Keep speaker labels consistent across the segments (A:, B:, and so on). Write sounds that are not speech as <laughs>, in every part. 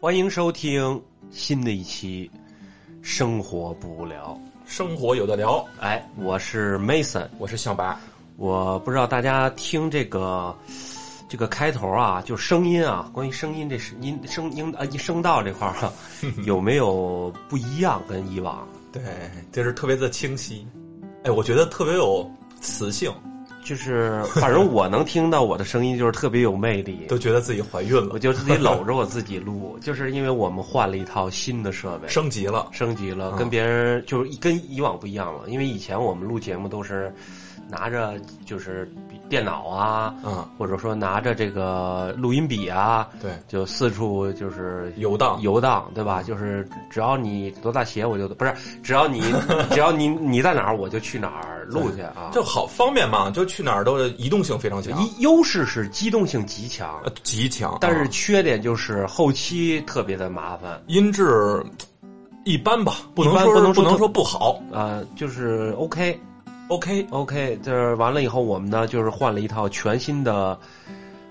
A: 欢迎收听新的一期《生活不无聊》。
B: 生活有的聊，
A: 哎，我是 Mason，
B: 我是向拔，
A: 我不知道大家听这个这个开头啊，就声音啊，关于声音这是音声音啊声道这块儿、啊、有没有不一样跟以往？
B: 对，就是特别的清晰。哎，我觉得特别有磁性，
A: 就是反正我能听到我的声音，就是特别有魅
B: <laughs>
A: 力。
B: 都觉得自己怀孕
A: 我
B: 了，
A: 就自己搂着我自己录，就是因为我们换了一套新的设备，
B: 升级了。
A: 升级了，
B: 嗯
A: 跟别人就是一跟以往不一样了。因为以前我们录节目都是拿着就是笔电脑啊，
B: 嗯，
A: 或者说拿着这个录音笔啊，
B: 对，
A: 就四处就是
B: 游荡
A: 游荡，对吧？就是只要你多大鞋，我就不是只要你只要你你在哪儿，我就去哪儿录去啊。
B: 就好方便嘛，就去哪儿都是移动性非常强，
A: 一优势是机动性极强
B: 呃，极强。
A: 但是
B: 嗯
A: 缺点就是后期特别的麻烦。
B: 音质一般吧，不能
A: 一般
B: 说
A: 不
B: 不
A: 能说
B: 能说不好。
A: 呃，就是 OK，
B: OK，
A: OK，就是完了以后，我们呢就是换了一套全新的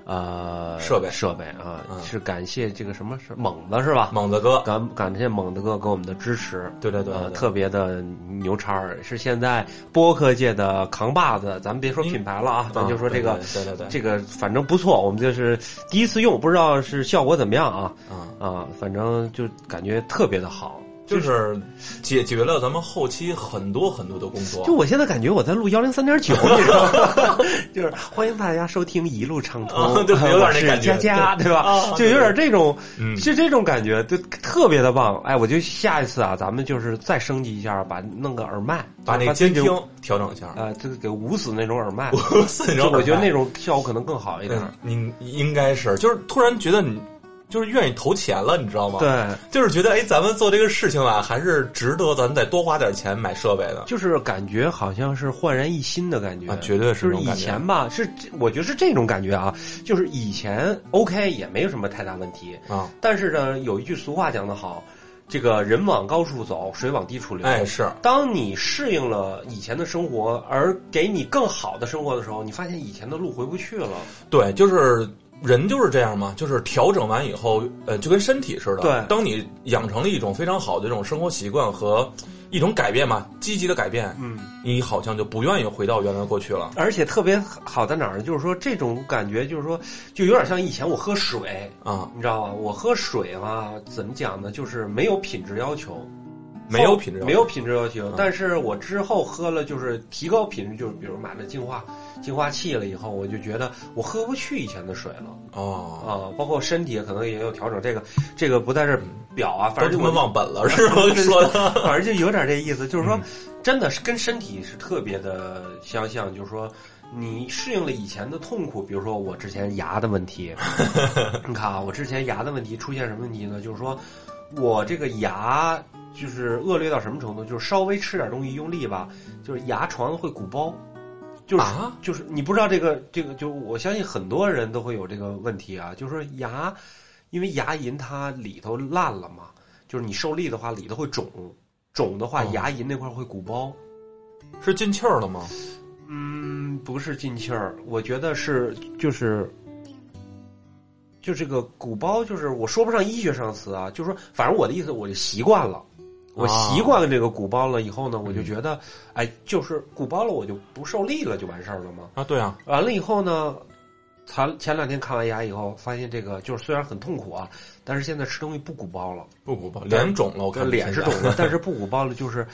A: 呃
B: 设备
A: 设备啊，
B: 嗯
A: 是感谢这个什么是猛子是吧？
B: 猛子哥，
A: 感感谢猛子哥给我们的支持，
B: 对对对
A: 呃
B: 对
A: 特别的牛叉儿，是现在播客界的扛把子。咱们别说
B: 嗯
A: 品牌了啊，咱
B: 嗯
A: 就说这个，
B: 对对对对
A: 这个反正不错，我们就是第一次用，不知道是效果怎么样啊
B: 嗯，
A: 啊，反正就感觉特别的好。
B: 就是解决了咱们后期很多很多的工作
A: 就。我现在感觉我在录幺零三点
B: <laughs>
A: 九，你知道吗？ <laughs> 就是欢迎大家收听一路畅
B: 啊
A: 通，
B: 对有
A: 我
B: 点那
A: 是
B: 感觉
A: 佳佳对吧
B: 啊？
A: 就有点这种
B: 嗯，
A: 是这种感觉，就特别的棒。哎，我就下一次啊，咱们就是再升级一下，把弄个耳麦，
B: 把那个
A: 自己
B: 监
A: 给
B: 听调整一下，
A: 呃，这个给捂死那种耳麦。
B: <laughs> 我四
A: 就
B: 种
A: 我觉得
B: 耳麦
A: 那种效果可能更好一点。
B: 嗯，你应该是，就是突然觉得你就是愿意投钱了，你知道吗？，
A: 对，
B: 就是觉得哎，咱们做这个事情啊，还是值得咱们再多花点钱买设备的。
A: 就是感觉好像是焕然一新的感觉，
B: 啊绝对是
A: 就
B: 这
A: 是
B: 种
A: 以
B: 感觉
A: 前吧，是这我觉得是这种感觉啊，就是以前 OK 也没有什么太大问题，
B: 啊，
A: 但是呢，有一句俗话讲得好，这个人往高处走，水往低处流。
B: 哎，是
A: 当你适应了以前的生活，而给你更好的生活的时候，你发现以前的路回不去了。
B: 对，就是人就是这样嘛，就是调整完以后，呃，就跟身体似的。
A: 对
B: 当你养成了一种非常好的这种生活习惯和一种改变嘛，积极的改变，
A: 嗯，
B: 你好像就不愿意回到原来过去了
A: 而且特别好在哪儿呢？就是说这种感觉，就是说，就有点像以前我喝水，
B: 啊，
A: 你知道吧？我喝水啊，怎么讲呢？就是没有品质要求，
B: 没有品质，
A: 哦没有品质要求
B: 嗯。
A: 但是我之后喝了，就是提高品质，就是比如买了净化净化器了以后，我就觉得我喝不去以前的水了。啊、
B: 哦，
A: 包括身体可能也有调整，这个这个不在这儿表啊，反
B: 都
A: 正
B: 他
A: 我
B: 妈忘本了
A: <laughs>
B: 是吗？说的。
A: 反正就有点这意思，就是说，
B: 嗯
A: 真的是跟身体是特别的相像，就是说。你适应了以前的痛苦，比如说我之前牙的问
B: <laughs>
A: 题，你看啊，我之前牙的问题出现什么问题呢？就是说我这个牙就是恶劣到什么程度，就是稍微吃点东西用力吧，就是牙床会鼓包，就是、
B: 啊
A: 就是你不知道这个这个，就我相信很多人都会有这个问题啊，就是说牙，因为牙龈它里头烂了嘛，就是你受力的话里头会肿，肿的话
B: 哦
A: 牙龈那块会鼓包。
B: 是进气儿了吗？
A: 嗯，不是进气儿，我觉得是就是。就这个鼓包，就是我说不上医学上的词啊，就是说，反正我的意思，我就习惯了，我
B: 啊
A: 习惯了这个鼓包了以后呢，我就觉得，哎，就是鼓包了，我就不受力了，就完事儿了嘛。
B: 啊，对啊，
A: 完了以后呢，前前两天看完牙以后，发现这个就是虽然很痛苦啊，但是现在吃东西不鼓包了，
B: 不鼓包，脸肿了，我看
A: 脸是
B: 现在
A: 肿。的， <laughs> 但是不鼓包了，就是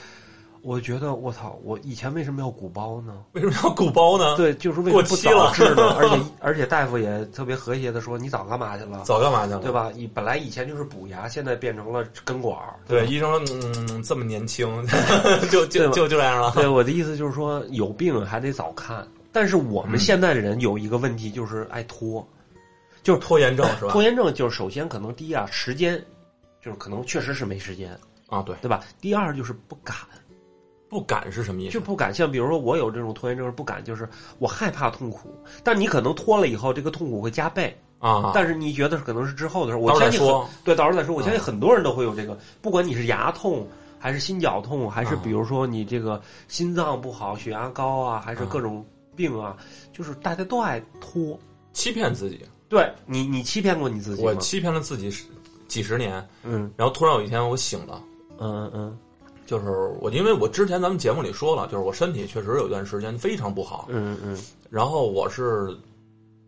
A: 我觉得我操，我以前为什么要鼓包呢？
B: <laughs> 为什么要鼓包呢？，
A: 对，就是为什么不
B: 过期
A: 早
B: 了
A: 治呢？而且而且大夫也特别和谐的说，你早干嘛去了？
B: 早干嘛去了？
A: 对吧？你本来以前就是补牙，现在变成了根管儿。
B: 对，医生说，嗯，这么
A: <laughs>
B: 年轻， <laughs> 就
A: 对
B: 就
A: 吧
B: 就就这样了。
A: 对，我的意思就是说，有病还得早看。但是我们现在的人有一个问题，就是爱拖。
B: 拖延症是吧
A: 拖？延症就是首先可能第一啊，时间就是可能确实是没时间，
B: 啊，对，
A: 对吧？第二就是不敢，
B: 不敢是什么意
A: 就
B: 思？
A: 不敢。像比如说我有这种拖延症，不敢就是我害怕痛苦，但你可能拖了以后，这个痛苦会加倍。
B: 啊，
A: 但是你觉得可能是之后的事，我
B: 到时候
A: 相
B: 再
A: 信
B: 说嗯
A: 很对，到时候再说。我相信很多人都会有这个，不管你是牙痛。还是心绞痛，还是
B: 嗯
A: 比如说你这个心脏不好、血压高啊，还是
B: 嗯
A: 各种病啊，就是大家都爱拖。
B: 欺骗自己，
A: 对你，你欺骗过你自己吗？
B: 我欺骗了自己是几十年，
A: 嗯
B: 然后突然有一天我醒了，
A: 嗯嗯
B: 就是我因为我之前咱们节目里说了，就是我身体确实有一段时间非常不好，
A: 嗯嗯
B: 然后我是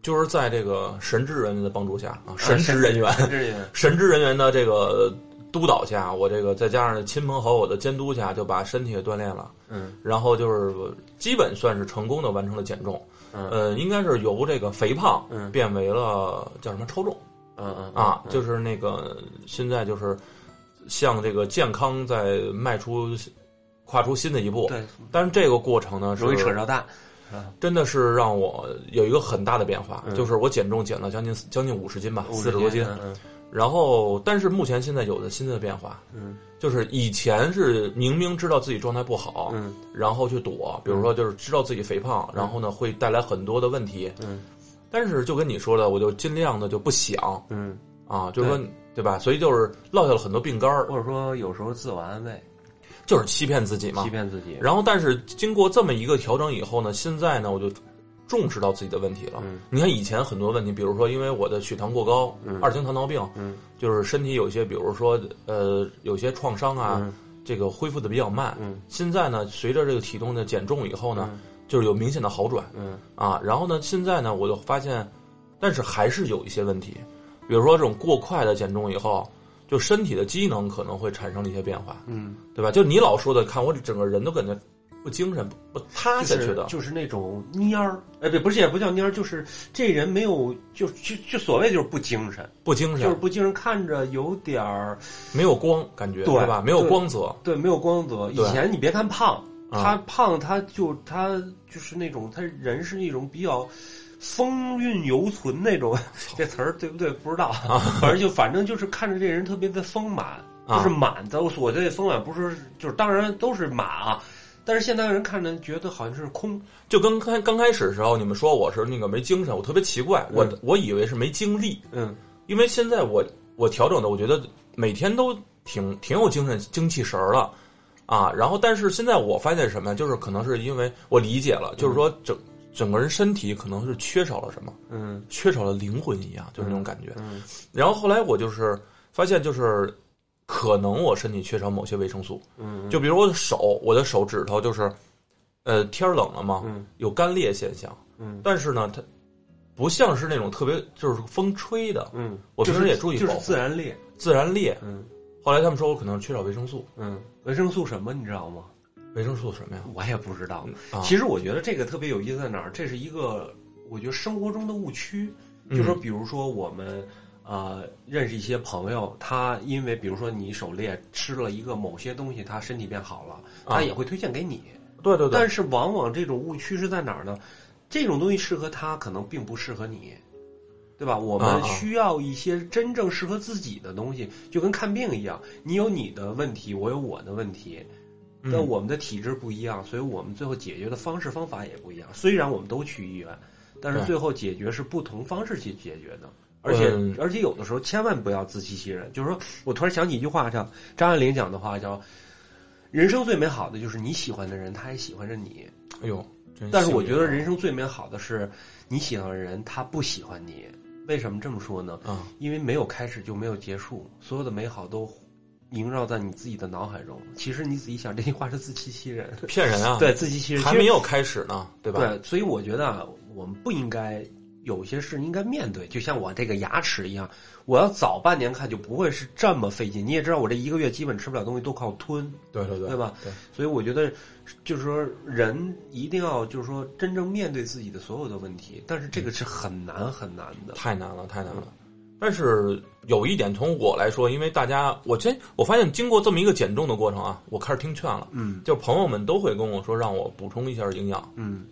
B: 就是在这个神职人员的帮助下啊，神
A: 啊
B: 职人员，
A: 嗯，这也
B: 神职人员的这个督导下，我这个再加上亲朋好友的监督下，就把身体给锻炼了。
A: <laughs> 嗯
B: 然后就是基本算是成功的完成了减重，
A: 嗯
B: 呃，应该是由这个肥胖
A: 嗯
B: 变为了叫什么超重
A: 嗯嗯
B: 啊，
A: 嗯
B: 就是那个现在就是向这个健康在迈出跨出新的一步。
A: 对，
B: 但是这个过程呢，是
A: 容易扯着蛋，
B: 真的是让我有一个很大的变化，
A: 嗯
B: 就是我减重减了将近将近五十斤吧，
A: 50
B: 四十多斤。
A: 嗯
B: 然后，但是目前现在有了新的变化，
A: 嗯
B: 就是以前是明明知道自己状态不好，
A: 嗯
B: 然后去躲，比如说就是知道自己肥胖，然后呢会带来很多的问题。
A: 嗯
B: 但是就跟你说的，我就尽量的就不想
A: 嗯，
B: 啊，就是说对吧？所以就是落下了很多病根儿，
A: 或者说有时候自我安慰，
B: 就是欺骗自己嘛
A: 欺。骗自己，
B: 然后，但是经过这么一个调整以后呢，现在呢我就重视到自己的问题了。
A: 嗯
B: 你看以前很多问题，比如说因为我的血糖过高、
A: 嗯
B: 二型糖尿病，
A: 嗯
B: 就是身体有一些，比如说呃有些创伤啊，
A: 嗯
B: 这个恢复的比较慢。
A: 嗯
B: 现在呢，随着这个体重的减重以后呢，
A: 嗯
B: 就是有明显的好转
A: 嗯
B: 啊。然后呢，现在呢，我就发现，但是还是有一些问题，比如说这种过快的减重以后，就身体的机能可能会产生一些变化，
A: 嗯，
B: 对吧？就你老说的，看我整个人都感觉不精神、不不踏
A: 就
B: 下去
A: 是
B: 嗯的。
A: 就是那种蔫儿，哎，不不是也不叫蔫儿，就是这人没有，就就就所谓就是不精神，
B: 不精
A: 就是
B: 神，
A: 不精神，看着有点儿
B: 没有光，感觉
A: 对
B: 是吧？没有
A: 对
B: 光泽，
A: 对，没有光泽。以
B: 对
A: 前你别看胖，
B: 啊
A: 他胖他就他就是那种他人是一种比较风韵犹存那
B: <laughs>
A: 种，这词儿对不对？不知道，反正就反正就是看着这人特别的丰满，
B: 啊
A: 就是满的。我对丰满不是就是当然都是满啊，但是现在人看着觉得好像是空，
B: 就跟开刚开始的时候，你们说我是那个没精神，我特别奇怪，我
A: 嗯
B: 我以为是没精力，
A: 嗯
B: 因为现在我我调整的，我觉得每天都挺挺有精神精气神儿了啊。然后，但是现在我发现什么呀，就是可能是因为我理解了，就是说整整个人身体可能是缺少了什么，
A: 嗯
B: 缺少了灵魂一样，就是那种感觉。
A: 嗯
B: 然后后来我就是发现，就是可能我身体缺少某些维生素，
A: 嗯，
B: 就比如我的手，我的手指头就是，呃，天儿冷了嘛，
A: 嗯
B: 有干裂现象，
A: 嗯
B: 但是呢，它不像是那种特别就是风吹的，
A: 嗯，
B: 我平
A: 就是
B: 时也注意
A: 就是
B: 保护
A: 自然裂，
B: 自然裂。
A: 嗯
B: 后来他们说我可能缺少维生素，
A: 嗯，维生素什么你知道吗？
B: 维生素什么呀？
A: 我也不知道。
B: 啊，
A: 嗯其实我觉得这个特别有意思在哪儿？这是一个我觉得生活中的误区，
B: 嗯
A: 就说比如说我们呃认识一些朋友，他因为比如说你狩猎吃了一个某些东西，他身体变好了，
B: 啊
A: 他也会推荐给你。
B: 对对对，
A: 但是往往这种误区是在哪儿呢？这种东西适合他，可能并不适合你。对吧？我
B: 啊
A: 们
B: 啊
A: 需要一些真正适合自己的东西，就跟看病一样，你有你的问题，我有我的问题，
B: 嗯
A: 但我们的体质不一样，所以我们最后解决的方式方法也不一样。虽然我们都去医院，但是
B: 对
A: 最后解决是不同方式去解决的。而且、
B: 嗯
A: 而且有的时候千万不要自欺欺人。就是说我突然想起一句话，叫张爱玲讲的话，叫“人生最美好的就是你喜欢的人，他也喜欢着你。
B: 哎呦，真”啊
A: 但是我觉得
B: 幸运
A: 人生最美好的是你喜欢的人，他不喜欢你。为什么这么说呢？
B: 啊，
A: 因为没有开始就没有结束，所有的美好都萦绕在你自己的脑海中。其实你仔细想，这句话是自欺欺人，
B: 骗人啊，，
A: 对自欺欺人，
B: 还没有开始呢，对
A: 对
B: 吧？
A: 对，所以我觉得啊，我们不应该有些事应该面对，就像我这个牙齿一样，我要早半年看就不会是这么费劲。你也知道，我这一个月基本吃不了东西，都靠吞，
B: 对对
A: 对吧？
B: 对
A: 所以我觉得，就是说人一定要就是说真正面对自己的所有的问题，但是这个是很难很难的。
B: 太难了，太难了。但是有一点，从我来说，因为大家，我真我发现经过这么一个减重的过程啊，我开始听劝了，
A: 嗯
B: 就朋友们都会跟我说让我补充一下营养。
A: 嗯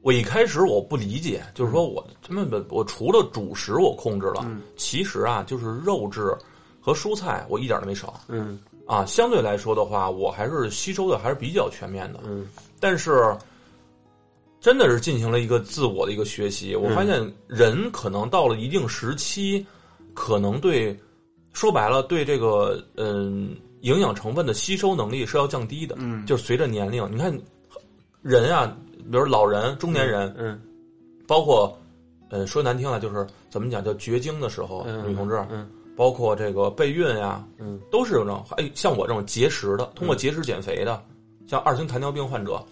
B: 我一开始我不理解，就是说我他们我除了主食我控制了，
A: 嗯
B: 其实啊就是肉质和蔬菜我一点都没少
A: 嗯
B: 啊。相对来说的话，我还是吸收的还是比较全面的，
A: 嗯
B: 但是。真的是进行了一个自我的一个学习，我
A: 嗯
B: 发现人可能到了一定时期，可能对说白了对这个嗯营养成分的吸收能力是要降低的，
A: 嗯，
B: 就是随着年龄，你看人啊，比如老人、中年人，
A: 嗯
B: 包括，呃，说难听了，就是怎么讲，叫绝经的时候，
A: 嗯，
B: 女同志
A: 嗯
B: 包括这个备孕呀，
A: 嗯，
B: 都是有这种。哎，像我这种节食的，通过节食减肥的，像二型糖尿病患者，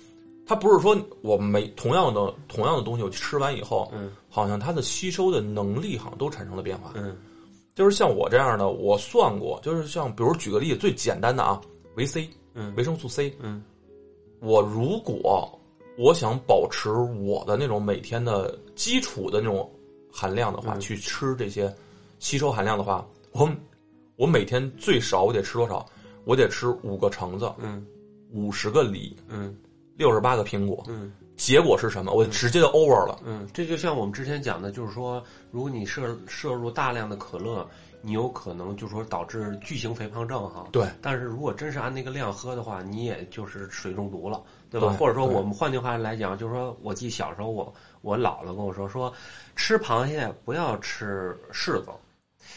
B: 他不是说我每同样的同样的东西我吃完以后，
A: 嗯
B: 好像他的吸收的能力好像都产生了变化。
A: 嗯
B: 就是像我这样的，我算过，就是像比如举个例子，最简单的啊，维 C
A: 嗯
B: 维生素 C，
A: 嗯
B: 我如果我想保持我的那种每天的基础的那种含量的话，
A: 嗯
B: 去吃这些吸收含量的话，我我每天最少我得吃多少？我得吃五个橙子，
A: 嗯
B: 五十个梨，
A: 嗯
B: 六十八个苹果。
A: 嗯
B: 结果是什么？我直接就 over 了。
A: 嗯，这就像我们之前讲的，就是说，如果你摄摄入大量的可乐，你有可能就说导致巨型肥胖症哈。
B: 对，
A: 但是如果真是按那个量喝的话，你也就是水中毒了，对吧？
B: 对
A: 或者说，
B: 对
A: 我们换句话来讲，就是说，我记得小时候我我姥姥跟我说说，吃螃蟹不要吃柿子。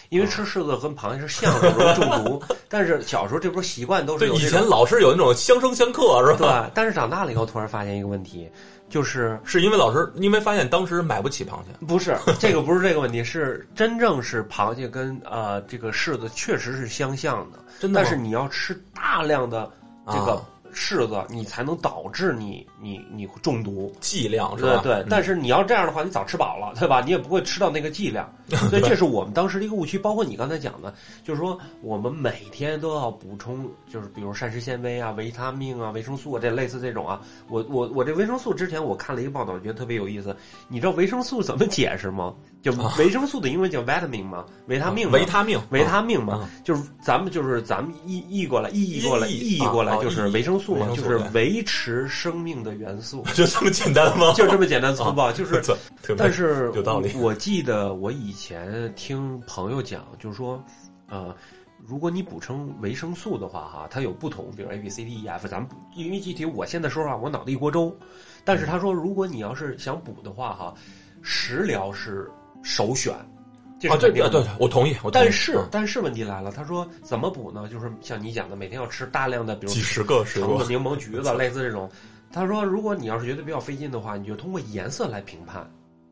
A: 因为吃柿子跟螃蟹是像的，容易中
B: <laughs>
A: 毒。但是小时候这不是习惯都是
B: 对，
A: 有
B: 以
A: 这
B: 前
A: 种
B: 老师有那种相生相克，是吧？
A: 对，但是长大了以后突然发现一个问题，就是
B: 是因为老师因为发现当时买不起螃蟹，
A: 不是这个不是这个问题，是真正是螃蟹跟呃这个柿子确实是相像的，
B: 真的
A: 但
B: 吗
A: 是你要吃大量的这个
B: 啊
A: 柿子，你才能导致你你你会中毒。
B: 剂量是
A: 对
B: 吧？嗯
A: 对，但是你要这样的话，你早吃饱了，对吧？你也不会吃到那个剂
B: <laughs>
A: 量，所以这是我们当时的一个误区。包括你刚才讲的，就是说我们每天都要补充，就是比如膳食纤维啊、维他命啊、维生素啊，这类似这种啊。我我我这维生素之前我看了一个报道，我觉得特别有意思。你知道维生素怎么解释吗？就
B: 啊
A: 维生素的英文叫 vitamin 吗？维他命吗？
B: 维他命，
A: 维他命嘛
B: 啊，
A: 就是咱们就是咱们译译过来，译译过来，
B: 译
A: 译
B: 译
A: 译过
B: 啊
A: 来
B: 啊
A: 就是
B: 译译
A: 维生素嘛，
B: 维
A: 就
B: 生素
A: 是
B: 对，
A: 维持生命的元素 <laughs>
B: 啊就这么简单吗？
A: 就这么简单粗
B: <laughs>
A: 暴。就是 <laughs>
B: 对，特别
A: 但是
B: <laughs> 有道理
A: 我我记得我以前听朋友讲，就是说，呃，如果你补充维生素的话，哈，它有不同，比如 A、B、C、D、E、F，咱们不因为具体我现在说实话，我脑袋一锅粥。但
B: 嗯
A: 是他说，如果你要是想补的话，哈，食疗是首选。这
B: 啊，
A: 是
B: 对
A: 肯定
B: 对
A: 的
B: 对，我同意，我同意
A: 但是
B: 嗯
A: 但是问题来了，他说怎么补呢？就是像你讲的，每天要吃大量的，比如
B: 几十个水
A: 橙
B: 果
A: 子、柠檬、橘
B: <laughs>
A: 子，类似这种。他说，如果你要是觉得比较费劲的话，你就通过颜色来评判，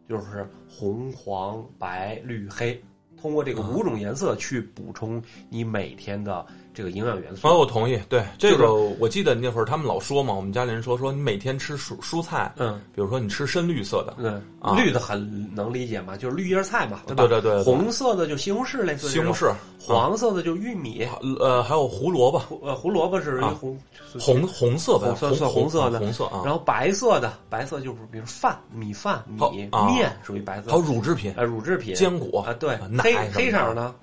A: 就是红、黄、白、绿、黑，通过这个五种颜色去补充你每天的这个营养元素。
B: 啊，我同意，对这
A: 就是
B: 个，我记得那会儿他们老说嘛，我们家里人说说你每天吃蔬蔬菜，
A: 嗯
B: 比如说你吃深绿色的，
A: 嗯
B: 啊，
A: 绿的很能理解嘛，就是绿叶菜嘛，对吧？
B: 对对对，
A: 红色的就西红柿类似这
B: 西
A: 种，
B: 红柿，嗯
A: 黄色的就玉米，
B: 呃，还有胡萝卜，
A: 呃，胡萝卜是一
B: 啊
A: 红
B: 红红色吧，
A: 红色色
B: 红
A: 红色的
B: 红色啊，
A: 然后白色的，白色就是比如饭、米饭、
B: 好
A: 米、
B: 啊
A: 面属于白色
B: 还有，乳制品、
A: 呃，乳制品、
B: 坚果
A: 啊，对
B: 啊，奶
A: 黑
B: 什
A: 黑色儿
B: 么的
A: 呢，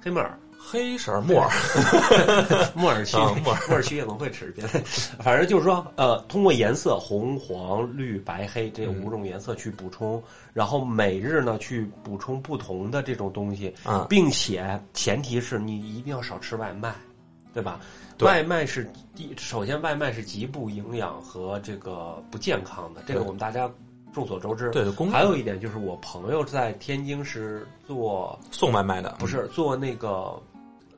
A: 黑木耳、
B: 黑色木耳，
A: 木耳须、
B: 啊木
A: 耳木耳须也能会吃，别的，反正就是说，呃，通过颜色红、黄、绿、白、黑这
B: 嗯
A: 五种颜色去补充，然后每日呢去补充不同的这种东西，
B: 啊
A: 并且前提是你一定要少吃外卖，对吧？
B: 对
A: 外卖是第首先，外卖是极不营养和这个不健康的，这个
B: 对
A: 我们大家众所周知。
B: 对，公
A: 还有一点就是，我朋友在天津是做
B: 送外卖的，嗯
A: 不是做那个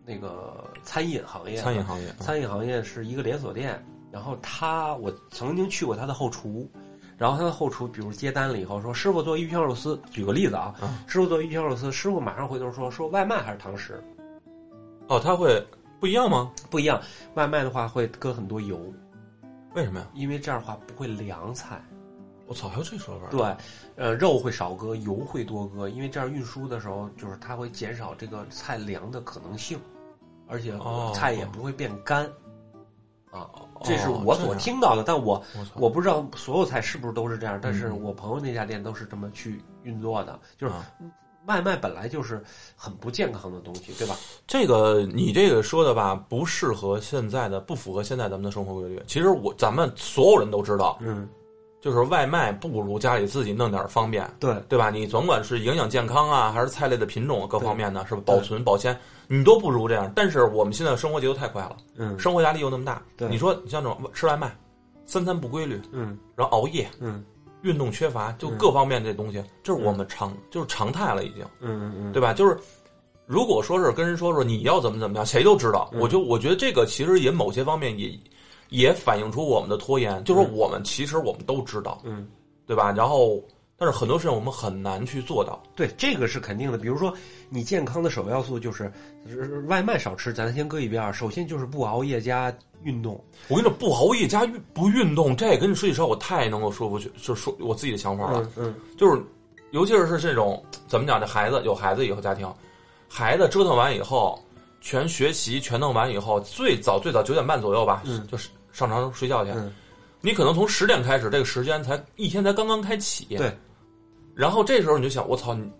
A: 那个餐饮行业的，
B: 餐饮行业，啊
A: 餐饮行业是一个连锁店，然后他我曾经去过他的后厨，然后他的后厨比如接单了以后说师傅做鱼香肉丝，举个例子啊，
B: 啊
A: 师傅做鱼香肉丝，师傅马上回头说说外卖还是堂食
B: 哦，它会不一样吗？
A: 不一样，外卖的话会搁很多油，
B: 为什么呀？
A: 因为这样的话不会凉菜，
B: 我操，还有这说法？，
A: 对，呃肉会少搁，油会多搁，因为这样运输的时候就是它会减少这个菜凉的可能性，而且
B: 哦
A: 菜也不会变干。啊，这是
B: 哦
A: 我
B: 这
A: 所
B: 样
A: 听到的，但我
B: 我操，
A: 我不知道所有菜是不是都是这样，但是我朋友那家店都是这么去运作的，就是
B: 啊
A: 外卖本来就是很不健康的东西，对吧？
B: 这个你这个说的吧，不适合现在的，不符合现在咱们的生活规律。其实我咱们所有人都知道，
A: 嗯，
B: 就是外卖不如家里自己弄点儿方便，
A: 对，
B: 对吧？你甭管是营养健康啊，还是菜类的品种啊各
A: 对
B: 方面的，是吧？
A: 对
B: 保存保鲜，你都不如这样。但是我们现在生活节奏太快了，
A: 嗯
B: 生活压力又那么大，
A: 对
B: 你说你像这种吃外卖，三餐不规律，
A: 嗯
B: 然后熬夜，
A: 嗯
B: 运动缺乏，就
A: 嗯
B: 各方面这东西，这是我们常就是常态了已经。
A: 嗯嗯，
B: 对吧？就是如果说是跟人说说你要怎么怎么样，谁都知道。
A: 嗯
B: 我就我觉得这个其实也某些方面也也反映出我们的拖延，就是我们其实我们都知道，
A: 嗯
B: 对吧？然后但是很多事情我们很难去做到。
A: 对，这个是肯定的。比如说，你健康的首要素就是呃外卖少吃，咱先搁一边儿。首先就是不熬夜加运动。
B: 我跟你说，不熬夜加运不运动，这跟你说句实话，我太能够说服去，就说我自己的想法了。
A: 嗯嗯，
B: 就是，尤其是这种怎么讲，这孩子有孩子以后，家庭孩子折腾完以后，全学习全弄完以后，最早最早九点半左右吧，
A: 嗯
B: 就是上床睡觉去。
A: 嗯
B: 你可能从十点开始，这个时间才一天才刚刚开启。
A: 对。
B: 然后这时候你就想，我操，你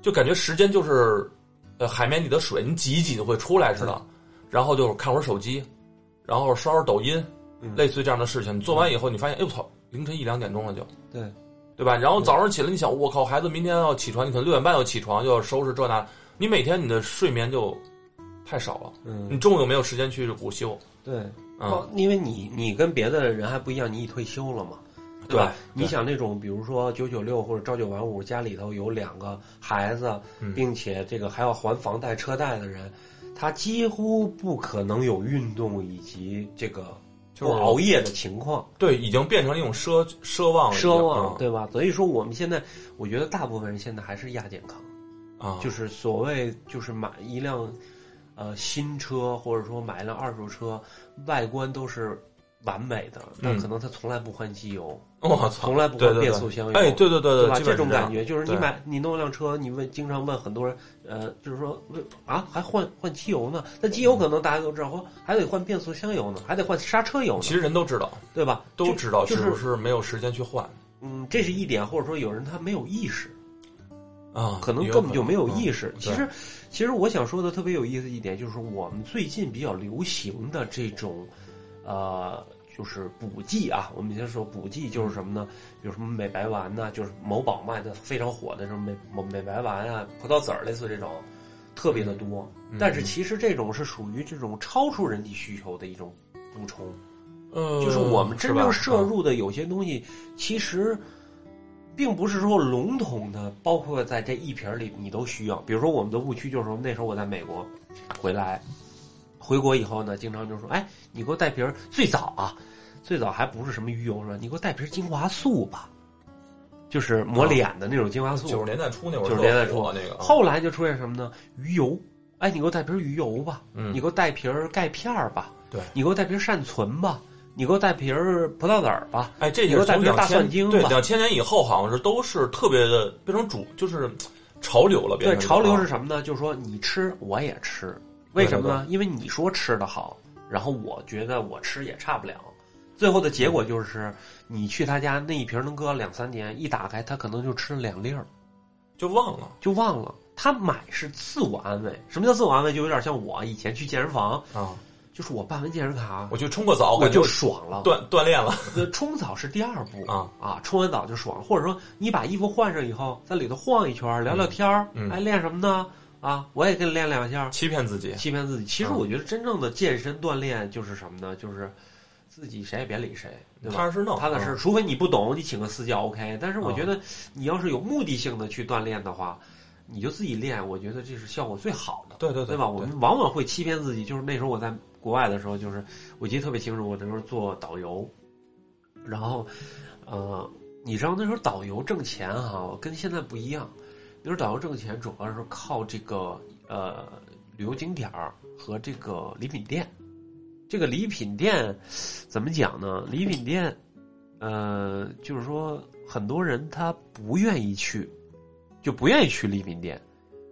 B: 就感觉时间就是，呃，海绵里的水，你挤一挤就会出来似的。然后就是看会儿手机，然后刷会儿抖音，
A: 嗯
B: 类似于这样的事情。你做完以后，你发现，哎呦我操，凌晨一两点钟了就。
A: 对，
B: 对吧？然
A: 嗯
B: 后早上起来，你想，我靠，孩子明天要起床，你可能六点半要起床，又要收拾这那，你每天你的睡眠就太少了，
A: 嗯
B: 你中午有没有时间去补休？
A: 对。
B: 嗯，
A: 哦，因为你你跟别的人还不一样，你已退休了嘛，
B: 对
A: 吧？
B: 对
A: 你想那种，比如说九九六或者朝九晚五，家里头有两个孩子，
B: 嗯
A: 并且这个还要还房贷车贷的人，他几乎不可能有运动以及这个
B: 就
A: 不
B: 是
A: 熬夜的情况，
B: 对，已经变成了一种奢奢望了，
A: 奢望
B: 已经嗯
A: 对吧？所以说我们现在，我觉得大部分人现在还是亚健康，
B: 嗯啊，
A: 就是所谓就是买一辆。呃，新车或者说买一辆二手车，外观都是完美的，但
B: 嗯
A: 可能他从来不换机油，
B: <laughs> 我操，
A: 从来不
B: 对
A: 会
B: 对
A: 变
B: 对
A: 速箱油，
B: 哎，对对对
A: 对
B: 对，
A: 吧？
B: 基
A: 这
B: 本
A: 种
B: 是样
A: 感觉就是你
B: 对
A: 买你弄辆车，你问经常问很多人，呃，就是说为啊还换换机油呢？那机油可能大家都知道，或还得换变速箱油呢，还得换刹车油呢
B: 其，实人都知道，
A: 对吧？
B: 都
A: 就
B: 知道
A: 就是是
B: 不是没有时间去换
A: 嗯，这是一点，或者说有人他没有意识，
B: 啊？
A: 可能
B: 也有
A: 根本就没有
B: 可能
A: 意识。
B: 嗯
A: 其实，其实我想说的特别有意思一点，就是我们最近比较流行的这种，呃，就是补剂啊。我们先说补剂
B: 嗯
A: 就是什么呢？比如什么美白丸呐、就是某宝卖的非常火的什么美美白丸啊、葡萄籽儿类似这种，特别的多。
B: 嗯
A: 但是其实这种是属于这种超出人体需求的一种补充。
B: 呃，
A: 就是我们真
B: 是吧嗯
A: 正摄入的有些东西，其实并不是说笼统的，包括在这一瓶里你都需要。比如说我们的误区就是说，那时候我在美国回来，回国以后呢，经常就说：“哎，你给我带瓶儿最早啊，最早还不是什么鱼油，说你给我带瓶儿精华素吧，就是抹脸的那种精华素。
B: 九十年代初那会儿，
A: 90年代初
B: 啊那个，嗯
A: 后来就出现什么呢？鱼油。哎，你给我带瓶儿鱼油吧，
B: 嗯
A: 你给我带瓶儿钙片儿吧，
B: 对
A: 你给我带瓶儿善存吧，你给我带瓶儿葡萄籽儿吧，
B: 哎，这
A: 比
B: 就
A: 如
B: 是从
A: 带瓶
B: 两
A: 大
B: 千
A: 蒜精
B: 对
A: 吧
B: 两千年以后，好像是都是特别的变成主，就是潮流了。变
A: 对，
B: 成
A: 潮流
B: 一
A: 是
B: 种
A: 什么呢？就是说你吃我也吃，为什么呢？因为你说吃的好，然后我觉得我吃也差不了。最后的结果就是，你去他家那一瓶能搁两三年，一打开他可能就吃了两粒儿，
B: 就忘了
A: 就忘了。他买是自我安慰，什么叫自我安慰？就有点像我以前去健身房，
B: 啊！
A: 就是我办完健身卡，
B: 我去冲个澡，
A: 我就
B: 感觉
A: 爽了。
B: 锻锻炼了
A: 呃，冲澡是第二步
B: 啊
A: 啊，冲完澡就爽了。或者说，你把衣服换上以后，在里头晃一圈儿，聊聊天儿，
B: 嗯嗯
A: 哎，练什么呢？啊，我也跟你练两下儿，
B: 欺骗自己。
A: 欺骗自己。其实
B: 嗯
A: 我觉得真正的健身锻炼就是什么呢？就是自己谁也别理谁，对吧？
B: 踏实弄，
A: 踏踏实
B: 嗯
A: 实，除非你不懂，你请个私教 OK。但是我觉得你要是有目的性的去锻炼的话，你就自己练，我觉得这是效果最好的。
B: 对对
A: 对吧？我们往往会欺骗自己，就是那时候我在国外的时候，就是我记得特别清楚，我那时候做导游，然后，呃，你知道那时候导游挣钱哈、跟现在不一样，那时候导游挣钱主要是靠这个呃旅游景点儿和这个礼品店，这个礼品店怎么讲呢？礼品店，呃，就是说很多人他不愿意去，就不愿意去礼品店，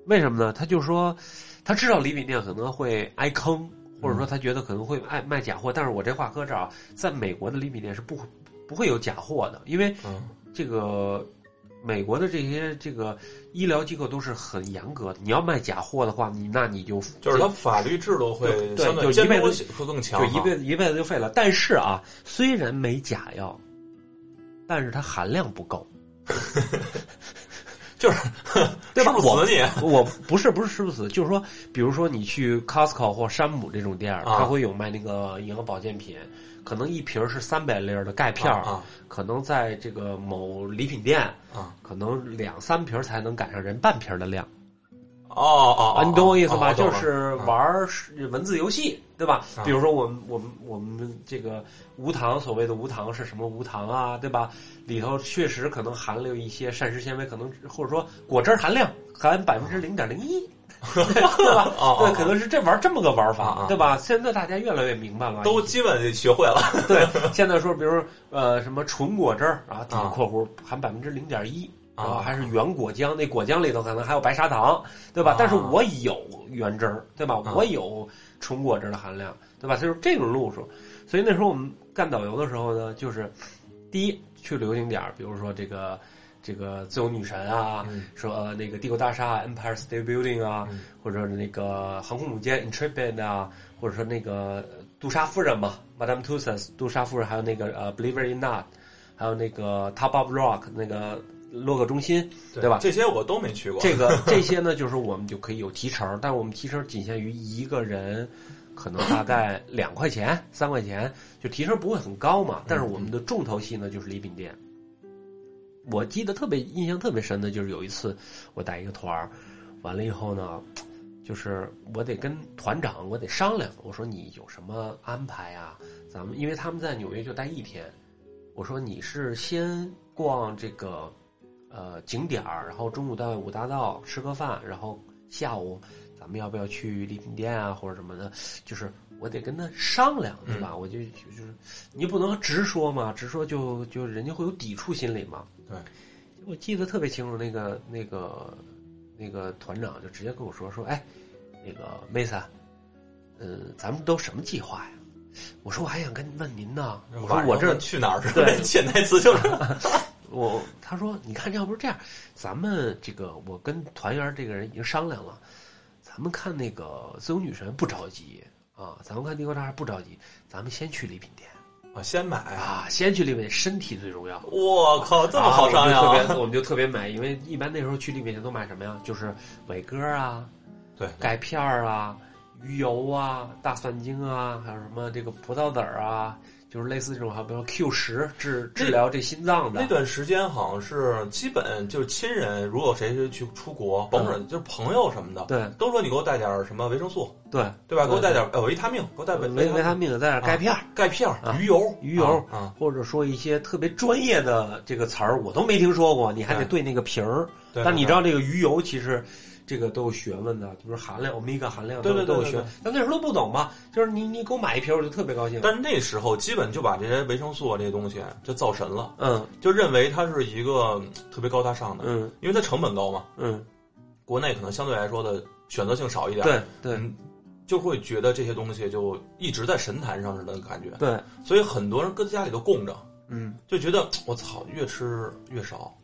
A: 为什么呢？他就说。他知道礼品店可能会挨坑，或
B: 嗯
A: 者说他觉得可能会爱卖假货。但是我这话搁这儿啊，在美国的礼品店是不不会有假货的，因为
B: 嗯
A: 这个美国的这些这个医疗机构都是很严格的。你要卖假货的话，你那你就
B: 就是它法律制度会
A: 对
B: 相
A: 就
B: 对
A: 一
B: 监
A: 辈
B: 督
A: 子
B: 会更强
A: 就
B: 啊哈，
A: 一辈子一辈子就废了。但是啊，虽然没假药，但是它含量不
B: <laughs>
A: 够。
B: 就是 <laughs>
A: 对吧
B: 吃不死你啊
A: 我不是不是吃不死，就是说，比如说你去 Costco 或山姆这种店儿，
B: 啊
A: 它会有卖那个营养保健品，可能一瓶儿是三百粒儿的钙片儿，
B: 啊
A: 可能在这个某礼品店，
B: 啊
A: 可能两三瓶儿才能赶上人半瓶儿的量。
B: 哦哦
A: 啊，你懂我意思吧？
B: 哦懂
A: 就
B: 了
A: 是玩儿是文字游戏，对吧？
B: 啊
A: 比如说我们我们我们这个无糖，所谓的无糖是什么无糖啊，对吧？里头确实可能含了一些膳食纤维，可能或者说果汁含量含百分之零点零
B: <laughs>
A: 一，对吧？
B: 哦
A: 对，
B: 哦
A: 可能是这玩这么个玩
B: 啊啊
A: 法，对吧？现在大家越来越明白了，
B: 都基本学会了。
A: 对。现在说，比如呃什么纯果汁儿啊，底下
B: 啊
A: 括弧含百分之零点一。
B: 啊
A: 啊，还是原果浆，那果浆里头可能还有白砂糖，对吧
B: 啊？
A: 但是我有原汁儿，对吧
B: 啊？
A: 我有纯果汁的含量，对吧？就是这种路数。所以那时候我们干导游的时候呢，就是第一去旅游景点儿，比如说这个这个自由女神啊，
B: 嗯
A: 说呃那个帝国大厦啊 Empire State Building 啊，
B: 嗯
A: 或者那个航空母舰 Intrepid 啊，或者说那个呃杜莎夫人嘛，Madame Tussauds 杜莎夫人，还有那个呃 Believer in Not，还有那个 Top of Rock 那个洛克中心， <laughs> 对吧
B: 这些我都没去过。
A: 这 <laughs> 个这些呢，就是我们就可以有提成，但是我们提成仅限于一个人，可能大概两块钱、三块钱，就提成不会很高嘛。但是我们的重头戏呢，就是礼品店。我记得特别印象特别深的就是有一次我带一个团儿，完了以后呢，就是我得跟团长我得商量，我说你有什么安排啊？咱们因为他们在纽约就待一天，我说你是先逛这个呃景点儿，然后中午到五大道吃个饭，然后下午咱们要不要去礼品店啊或者什么的？就是我得跟他商量，对
B: 嗯
A: 吧？我就就就是你不能直说嘛，直说就就人家会有抵触心理嘛。
B: 对，
A: 我记得特别清楚，那个那个那个团长就直接跟我说说，哎，那个 Mesa，呃，咱们都什么计划呀？我说我还想跟问您呢，我说
B: 晚上
A: 我这
B: 去哪儿是吧？
A: 对
B: <laughs> 潜台词就是
A: <laughs> 我他说，你看，要不是这样，咱们这个我跟团员这个人已经商量了，咱们看那个自由女神不着急啊，咱们看帝国大厦不着急，咱们先去礼品店
B: 啊，先买。
A: 啊，先去礼品店，身体最重要。
B: 我靠，这么好商量
A: 啊我们就
B: 啊！
A: 特别我们就特别买，因为一般那时候去礼品店都买什么呀？就是伟哥啊，
B: 对，
A: 钙片儿啊、鱼油啊、大蒜精啊，还有什么这个葡萄籽儿啊，就是类似这种，还有比如说 Q 十治治疗这心脏的
B: 那段时间好像是基本就是亲人，如果谁是去出国，甭管就是朋友什么的，
A: 嗯对
B: 都说你给我带点儿什么维生素，
A: 对
B: 对吧？给我
A: 对
B: 带点儿呃维他啊命，给我带维
A: 维维他命，再点钙片儿、
B: 钙片儿、
A: 啊
B: 鱼油、
A: 鱼油
B: 啊啊，
A: 或者说一些特别专业的这个词儿，我都没听说过。你还得对那个瓶儿，
B: 对
A: 但你
B: 对
A: 知道这个鱼油其实这个都有学问的，就是含量、欧米伽含量都
B: 对对
A: 都
B: 对
A: 有
B: 对
A: 学
B: 对
A: 问。但那时候都不懂嘛，就是你你给我买一瓶，我就特别高兴。
B: 但是那时候基本就把这些维生素啊这些东西就造神了，
A: 嗯
B: 就认为它是一个嗯特别高大上的，
A: 嗯
B: 因为它成本高嘛。
A: 嗯，
B: 国内可能相对来说的选择性少一点，，
A: 对对
B: 嗯，就会觉得这些东西就一直在神坛上似的感觉，
A: 对，
B: 所以很多人搁家里都供着，
A: 嗯
B: 就觉得我操，越吃越少，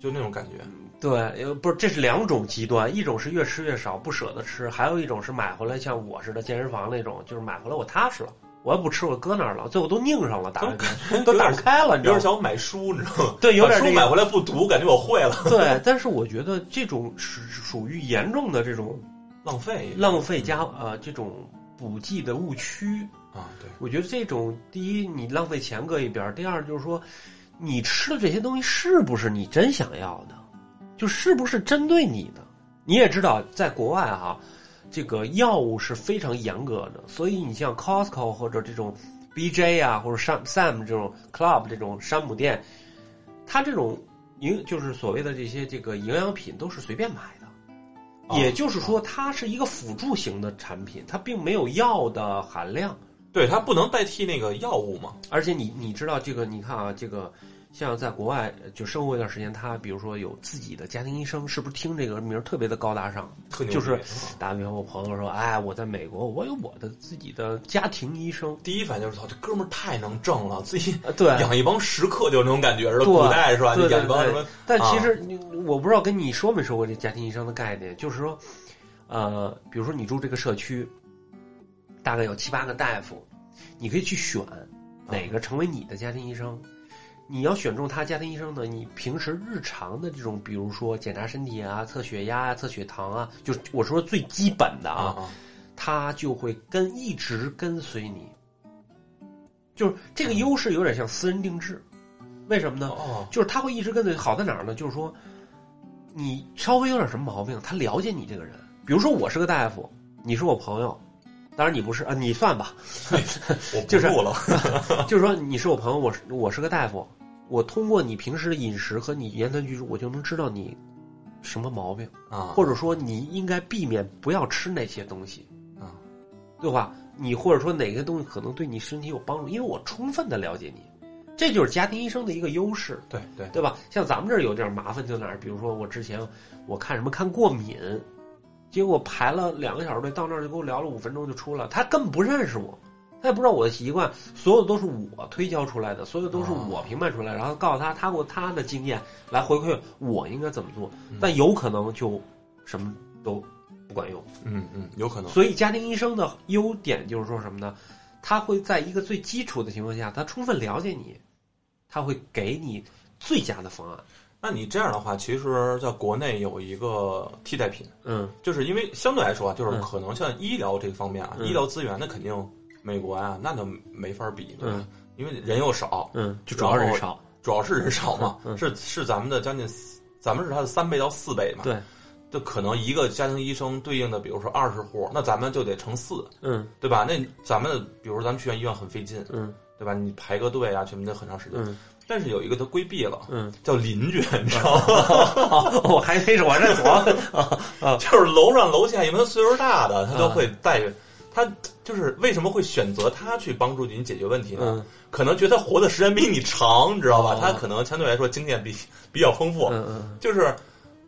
B: 就那种感觉。
A: 对，呃不是，这是两种极端，一种是越吃越少不舍得吃，还有一种是买回来像我似的健身房那种，就是买回来我踏实了。我也不吃，我搁那儿了，最后都拧上了，打
B: 都感觉
A: 都
B: 有
A: 打
B: 点
A: 不开了，
B: 有
A: 你知道吗
B: 点？想买书，你知道吗？
A: 对 <laughs> 有点
B: 把书
A: 这个
B: 买回来不读，感觉我会了，
A: 对，但是我觉得这种是属于严重的这种
B: 浪费
A: 浪费加呃这种补剂的误区。
B: 啊！对，
A: 我觉得这种第一，你浪费钱搁一边儿；第二，就是说你吃的这些东西是不是你真想要的，就是不是针对你的。你也知道，在国外哈、这个药物是非常严格的，所以你像 Costco 或者这种 BJ 啊，或者 Sam Sam 这种 Club 这种山姆店，它这种营就是所谓的这些这个营养品都是随便买的。
B: 哦
A: 也就是说，它是一个辅助型的产品，它并没有药的含量。
B: 对它不能代替那个药物嘛。
A: 而且你你知道这个，你看啊，这个像在国外呃就生活一段时间，他比如说有自己的家庭医生，是不是听这个名儿特别的高大上？
B: 特牛逼
A: 就是
B: 啊
A: 打个比方，我朋友说，哎，我在美国，我有我的自己的家庭医生。
B: 第一反应就是操，这哥们儿太能挣了，自己
A: 啊，对，
B: 养一帮食客就是那种感觉似的。
A: 对
B: 古代是吧？
A: 对
B: 你
A: 对
B: 养一帮什么？
A: <laughs> 但其
B: 啊
A: 实你我不知道跟你说没说过这家庭医生的概念，就是说，呃，比如说你住这个社区，大概有七八个大夫，你可以去选哪个成为你的家庭医生。你要选中他家庭医生呢，你平时日常的这种，比如说检查身体啊、测血压啊、测血糖啊，就是我说最基本的
B: 啊
A: 啊，
B: 啊！
A: 他就会跟一直跟随你。就是这个优势有点像私人定制，为什么呢？
B: 哦，
A: 啊就是他会一直跟随。好在哪儿呢？就是说，你稍微有点什么毛病，他了解你这个人。比如说我是个大夫，你是我朋友，当然你不是啊，你算吧。
B: 我不
A: 就是
B: 录
A: <laughs>
B: 了，
A: 就是说你是我朋友，我是我是个大夫，我通过你平时的饮食和你言谈举止，我就能知道你什么毛病，
B: 啊，
A: 或者说你应该避免不要吃哪些东西，
B: 啊，
A: 对吧？你或者说哪个东西可能对你身体有帮助，因为我充分的了解你，这就是家庭医生的一个优势。
B: 对对，
A: 对吧？像咱们这儿有点麻烦就哪儿，比如说我之前我看什么看过敏，结果排了两个小时队，到那儿就跟我聊了五分钟就出来了，他根本不认识我，他也不知道我的习惯，所有都是我推敲出来的，所有都是我评判出来，然后告诉他他过他的经验来回馈我应该怎么做，但有可能就什么都不管用。
B: 嗯嗯，有可能，
A: 所以家庭医生的优点就是说什么呢？他会在一个最基础的情况下，他充分了解你，他会给你最佳的方案。
B: 那你这样的话，其实在国内有一个替代品，
A: 嗯
B: 就是因为相对来说啊，就是
A: 嗯
B: 可能像医疗这方面啊，
A: 嗯
B: 医疗资源那肯定美国啊，那就没法比，对吧
A: 嗯
B: 因为人又少，
A: 嗯，就
B: 主要人
A: 少。
B: 主要是人少嘛，
A: 嗯
B: 是是咱们的将近四，咱们是它的三倍到四倍嘛，，
A: 对，
B: 就可能一个家庭医生对应的，比如说二十户，那咱们就得乘四，
A: 嗯
B: 对吧？那咱们比如说咱们去医院很费劲，
A: 嗯
B: 对吧？你排个队啊，什么的很长时间。
A: 嗯
B: 但是有一个他规避了，
A: 嗯，
B: 叫邻居，你知道吗？ <laughs>
A: 我还以为是我这左。
B: 就是楼上楼下，因为他岁数大的，他都
A: 啊
B: 会带。他就是为什么会选择他去帮助您解决问题呢？
A: 嗯
B: 可能觉得他活的时间比你长，你知道吧？
A: 哦
B: 他可能相对来说经验比比较丰富。
A: 嗯嗯
B: <laughs> 就是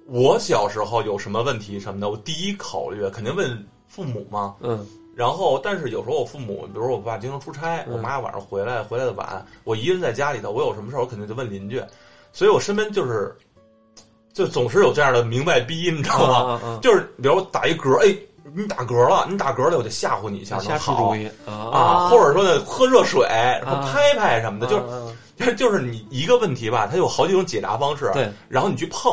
B: 我小时候有什么问题什么的，我第一考虑肯定问父母嘛。
A: 嗯
B: 然后，但是有时候我父母，比如说我爸经常出差，
A: 嗯
B: 我妈晚上回来回来的晚，我一个人在家里头，我有什么事儿我肯定就问邻居。所以我身边就是，就总是有这样的明白逼，你知道吗？
A: 啊啊！
B: 就是比如我打一嗝，哎，你打嗝了，你打嗝了，我就吓唬你一下，
A: 瞎
B: 能
A: 出
B: 好
A: 主意啊
B: 啊，或者说呢，喝热水，然后
A: 啊
B: 拍拍什么的，就是
A: 是
B: 就是 <laughs> 就是你一个问题吧，它有好几种解答方式，
A: 对
B: 然后你去碰，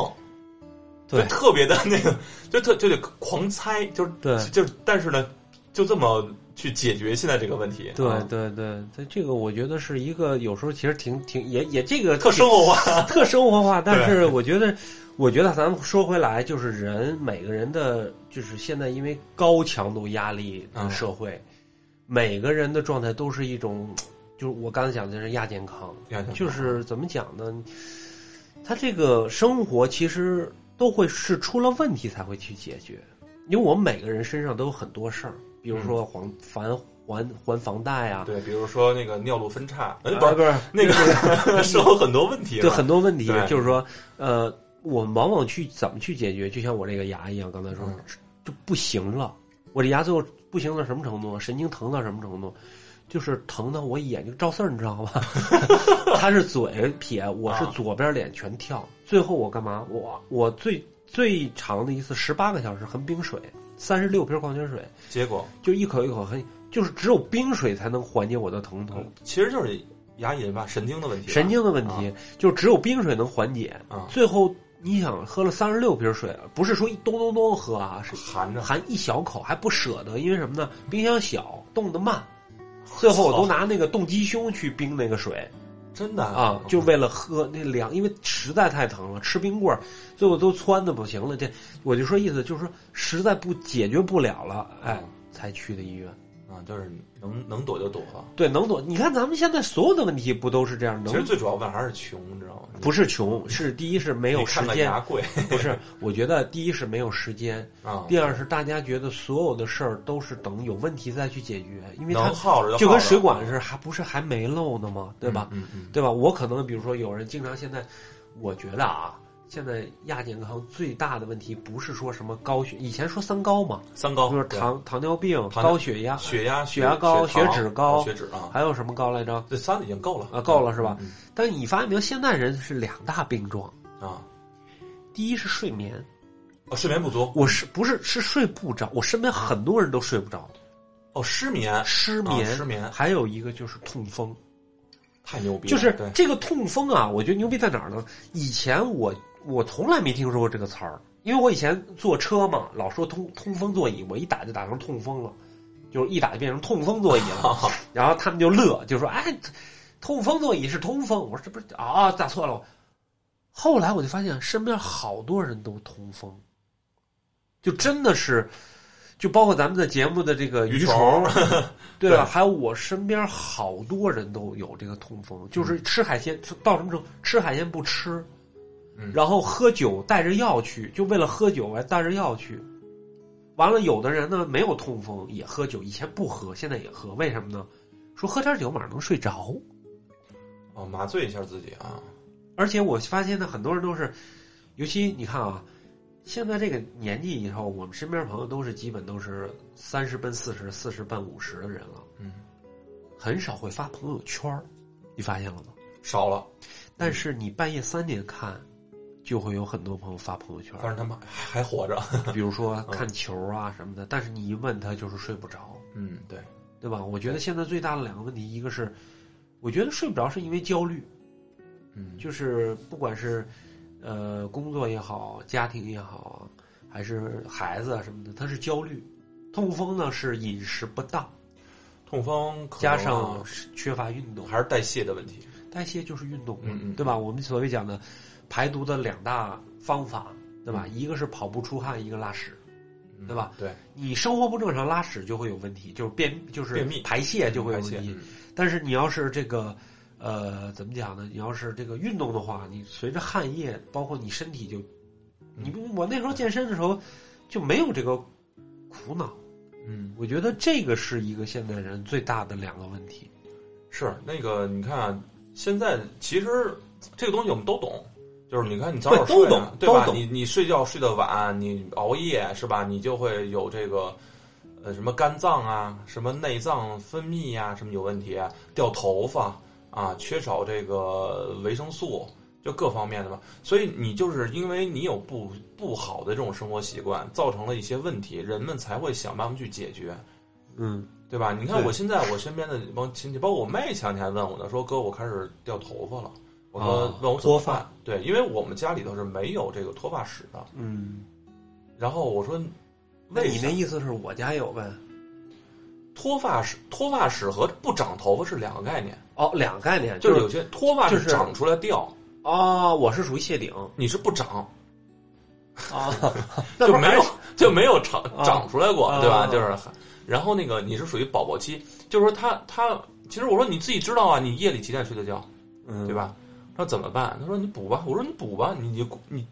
A: 对
B: 就特别的那个，就特就得狂猜，就是
A: 对
B: 就是，但是呢，就这么去解决现在这个问题，
A: 对
B: 嗯
A: 对对，这这个我觉得是一个有时候其实挺挺也也这个
B: 特生活化，
A: 特生活化，但
B: 对
A: 是我觉得，我觉得咱们说回来，就是人每个人的，就是现在因为高强度压力的社会，
B: 嗯
A: 每个人的状态都是一种，就是我刚才讲的就是亚健康，
B: 亚健康
A: 就是怎么讲呢？他这个生活其实都会是出了问题才会去解决，因为我们每个人身上都有很多事儿，比如说还还还还房贷啊，
B: 嗯对，比如说那个尿路分叉，哎，不
A: 啊
B: 是
A: 不是
B: 那个 <laughs> 生活很多问题
A: 对
B: 了，
A: 很多问题
B: 对，
A: 就是说，呃，我们往往去怎么去解决？就像我这个牙一样，刚才
B: 嗯
A: 说、就不行了，我这牙最后不行到什么程度？啊神经疼到什么程度？就是疼到我眼睛照丝儿，你知道吗？ <laughs> 他是嘴撇，我是
B: 啊
A: 左边脸全跳。最后我干嘛？我我最最长的一次十八个小时横冰水，三十六瓶矿泉水，
B: 结果
A: 就一口一口很，就是只有冰水才能缓解我的疼痛。
B: 其实就是牙龈吧，神经的问题
A: 嗯
B: 吧，
A: 神经的问题，就只有冰水能缓解。
B: 啊
A: 最后你想喝了三十六瓶水，不是说一咚咚咚喝啊，是
B: 含着，
A: 含一小口还不舍得，因为什么呢？冰箱小，冻得慢。最后我都拿那个冻鸡胸去冰那个水
B: 真的
A: 啊，就为了喝那凉，因为实在太疼了，吃冰棍儿，最后都窜的不行了。这我就说意思就是说，实在不解决不了了，哎
B: 嗯，
A: 才去的医院。
B: 啊，就是能能躲就躲了。
A: 对，能躲。你看咱们现在所有的问题不都是这样？
B: 其实
A: 能
B: 最主要问还是穷，你知道吗？
A: 不是穷，是第一是没
B: 没
A: 有时
B: 看看
A: 间，
B: 牙贵
A: 不是，我觉得第一是没有时间，
B: 啊，
A: 第二是大家觉得所有的事儿都是等有问题再去解决，因为它
B: 能耗着
A: 就
B: 耗
A: 跟
B: 着
A: 水管似的，还不是还没漏呢吗？对吧？
B: 嗯嗯，
A: 对吧？我可能比如说有人经常现在，我觉得啊，现在亚健康最大的问题不是说什么高血，以前说三高嘛，
B: 嗯三高
A: 就是
B: 对
A: 糖糖尿病、
B: 糖
A: 高血压，
B: 血压、
A: 血压高
B: 血糖
A: 血脂高
B: 血脂啊，
A: 还有什么高来着？
B: 这三已经够了
A: 啊，够了是吧？
B: 嗯
A: 但你发现没有，现在人是两大病状，
B: 啊，
A: 第一是睡眠，
B: 哦，睡眠不足
A: 我是不是是睡不着？我身边很多人都睡不着。
B: 哦，失眠
A: 失眠，
B: 啊失眠
A: 还有一个就是痛风，
B: 太牛逼了，
A: 就是
B: 对 <laughs>
A: 这个痛风啊，我觉得牛逼在哪儿呢？以前我我从来没听说过这个词儿，因为我以前坐车嘛，老说通通风座椅，我一打就打成痛风了，就是一打就变成痛风座椅了，然后他们就啊乐，就说哎，痛风座椅是通风，我说这不是啊，打错了。后来我就发现身边好多人都痛风，就真的是，就包括咱们的节目的这个
B: 鱼
A: 鱼
B: 虫
A: 虫， <laughs> 对吧？
B: 对
A: 还有我身边好多人都有这个痛风，就是吃海鲜到什么程度，吃海鲜不吃，
B: 嗯
A: 然后喝酒带着药去，就为了喝酒还带着药去。完了，有的人呢没有痛风也喝酒，以前不喝，现在也喝，为什么呢？说喝点酒晚上能睡着。
B: 哦，麻醉一下自己啊，
A: 而且我发现呢，很多人都是，尤其你看啊，现在这个年纪以后，我们身边朋友都是基本都是三十奔四十、四十奔五十的人了，
B: 嗯，
A: 很少会发朋友圈儿你发现了吗？
B: 少了，
A: 但是你半夜三点看，就会有很多朋友发朋友圈
B: 但
A: 儿
B: 是他们还还活着，
A: 比如说看球啊什么的。但是你一问他，就是睡不着，
B: 嗯，对，
A: 对吧？我觉得现在最大的两个问题，一个是，我觉得睡不着是因为焦虑，
B: 嗯，
A: 就是不管是呃工作也好，家庭也好，还是孩子啊什么的，他是焦虑。痛风呢是饮食不当，
B: 痛风可能
A: 加
B: 啊
A: 上是缺乏运动，
B: 还是代谢的问题，
A: 代谢就是运动，
B: 嗯嗯
A: 对吧？我们所谓讲的排毒的两大方法，对吧？一个是跑步出汗，一个拉屎。
B: 嗯
A: 对吧？
B: 对，
A: 你生活不正常，拉屎就会有问题，就是便就是
B: 便秘
A: 排泄就会有
B: 代
A: 问
B: 谢，
A: 题。
B: 嗯
A: 但是你要是这个，呃，怎么讲呢？你要是这个运动的话，你随着汗液，包括你身体就，你不，我那时候健身的时候就没有这个苦恼。
B: 嗯，
A: 我觉得这个是一个现代人最大的两个问题。
B: 是那个，你看啊，现在其实这个东西我们都懂，就是你看你早
A: 对
B: 点
A: 都
B: 睡啊，
A: 懂
B: 对吧？
A: 都懂
B: 你你睡觉睡得晚，你熬夜是吧？你就会有这个呃什么肝脏啊、什么内脏分泌呀、什么有问题啊，掉头发啊，缺少这个维生素。就各方面的吧，所以你就是因为你有不不好的这种生活习惯，造成了一些问题，人们才会想办法去解决。
A: 嗯，
B: 对吧？你看
A: 对
B: 我现在我身边的一帮亲戚，包括我妹前两天还问我呢，说哥，我开始掉头发了。我说、
A: 啊
B: 问我怎
A: 脱
B: 么
A: 发
B: 办？对，因为我们家里头是没有这个脱发室的。
A: 嗯，
B: 然后我说，
A: 那你
B: 为啥
A: 那意思是我家有呗？
B: 脱发室脱发室和不长头发是两个概念，
A: 哦，两个概念，
B: 就是
A: 是
B: 有些脱发
A: 就是
B: 长出来掉，
A: 哦，我是属于谢顶啊
B: 你是不长，，
A: <laughs> 那不
B: 就
A: 是
B: 没
A: 还
B: 有
A: 是
B: 就没有长
A: 啊
B: 长出来过，对吧？
A: 啊
B: 就是，然后那个你是属于宝宝期，就是说他他其实我说你自己知道啊，你夜里几点睡的觉？
A: 嗯
B: 对？吧？他说怎么办？他说你补吧。我说你补吧，你你你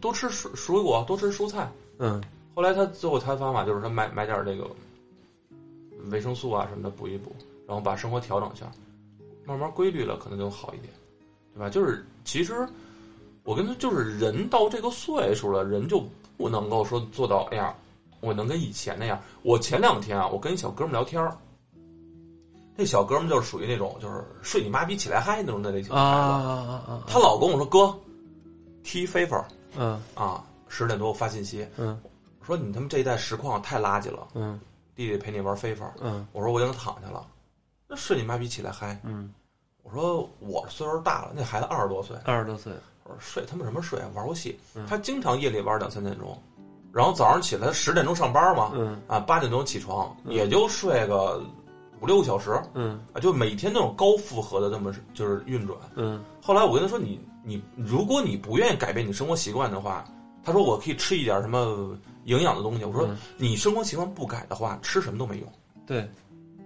B: 多吃水水果，多吃蔬菜。
A: 嗯，
B: 后来他最后他的方法就是他买买点这个维生素啊什么的补一补，然后把生活调整一下，慢慢规律了，可能就好一点，对吧？就是其实我跟他就是人到这个岁数了，人就不能够说做到，哎呀，我能跟以前那样。我前两天啊，我跟一小哥们聊天儿。那小哥们就是属于那种，就是睡你妈逼起来嗨那种的类型
A: 啊
B: 孩子。
A: 啊啊啊
B: 她老公我说哥，踢飞粉儿
A: 啊，
B: 啊，十点多我发信息，
A: 嗯
B: 说你他妈这一代实况太垃圾了，
A: 嗯
B: 弟弟陪你玩非法。
A: 嗯
B: 我说我已经躺下了，那是你妈逼起来嗨。
A: 嗯，
B: 我说我岁数大了，那孩子二十多岁，
A: 二十多岁，
B: 我说睡他妈什么睡啊，玩游戏
A: 嗯。
B: 他经常夜里玩两三点钟，然后早上起来十点钟上班嘛，
A: 嗯
B: 啊八点钟起床，
A: 嗯
B: 也就睡个五六个小时
A: 嗯
B: 啊，就每天那种高负荷的这么就是运转。
A: 嗯
B: 后来我跟他说你你如果你不愿意改变你生活习惯的话，他说我可以吃一点什么营养的东西。我说
A: 嗯
B: 你生活习惯不改的话，吃什么都没用，
A: 对。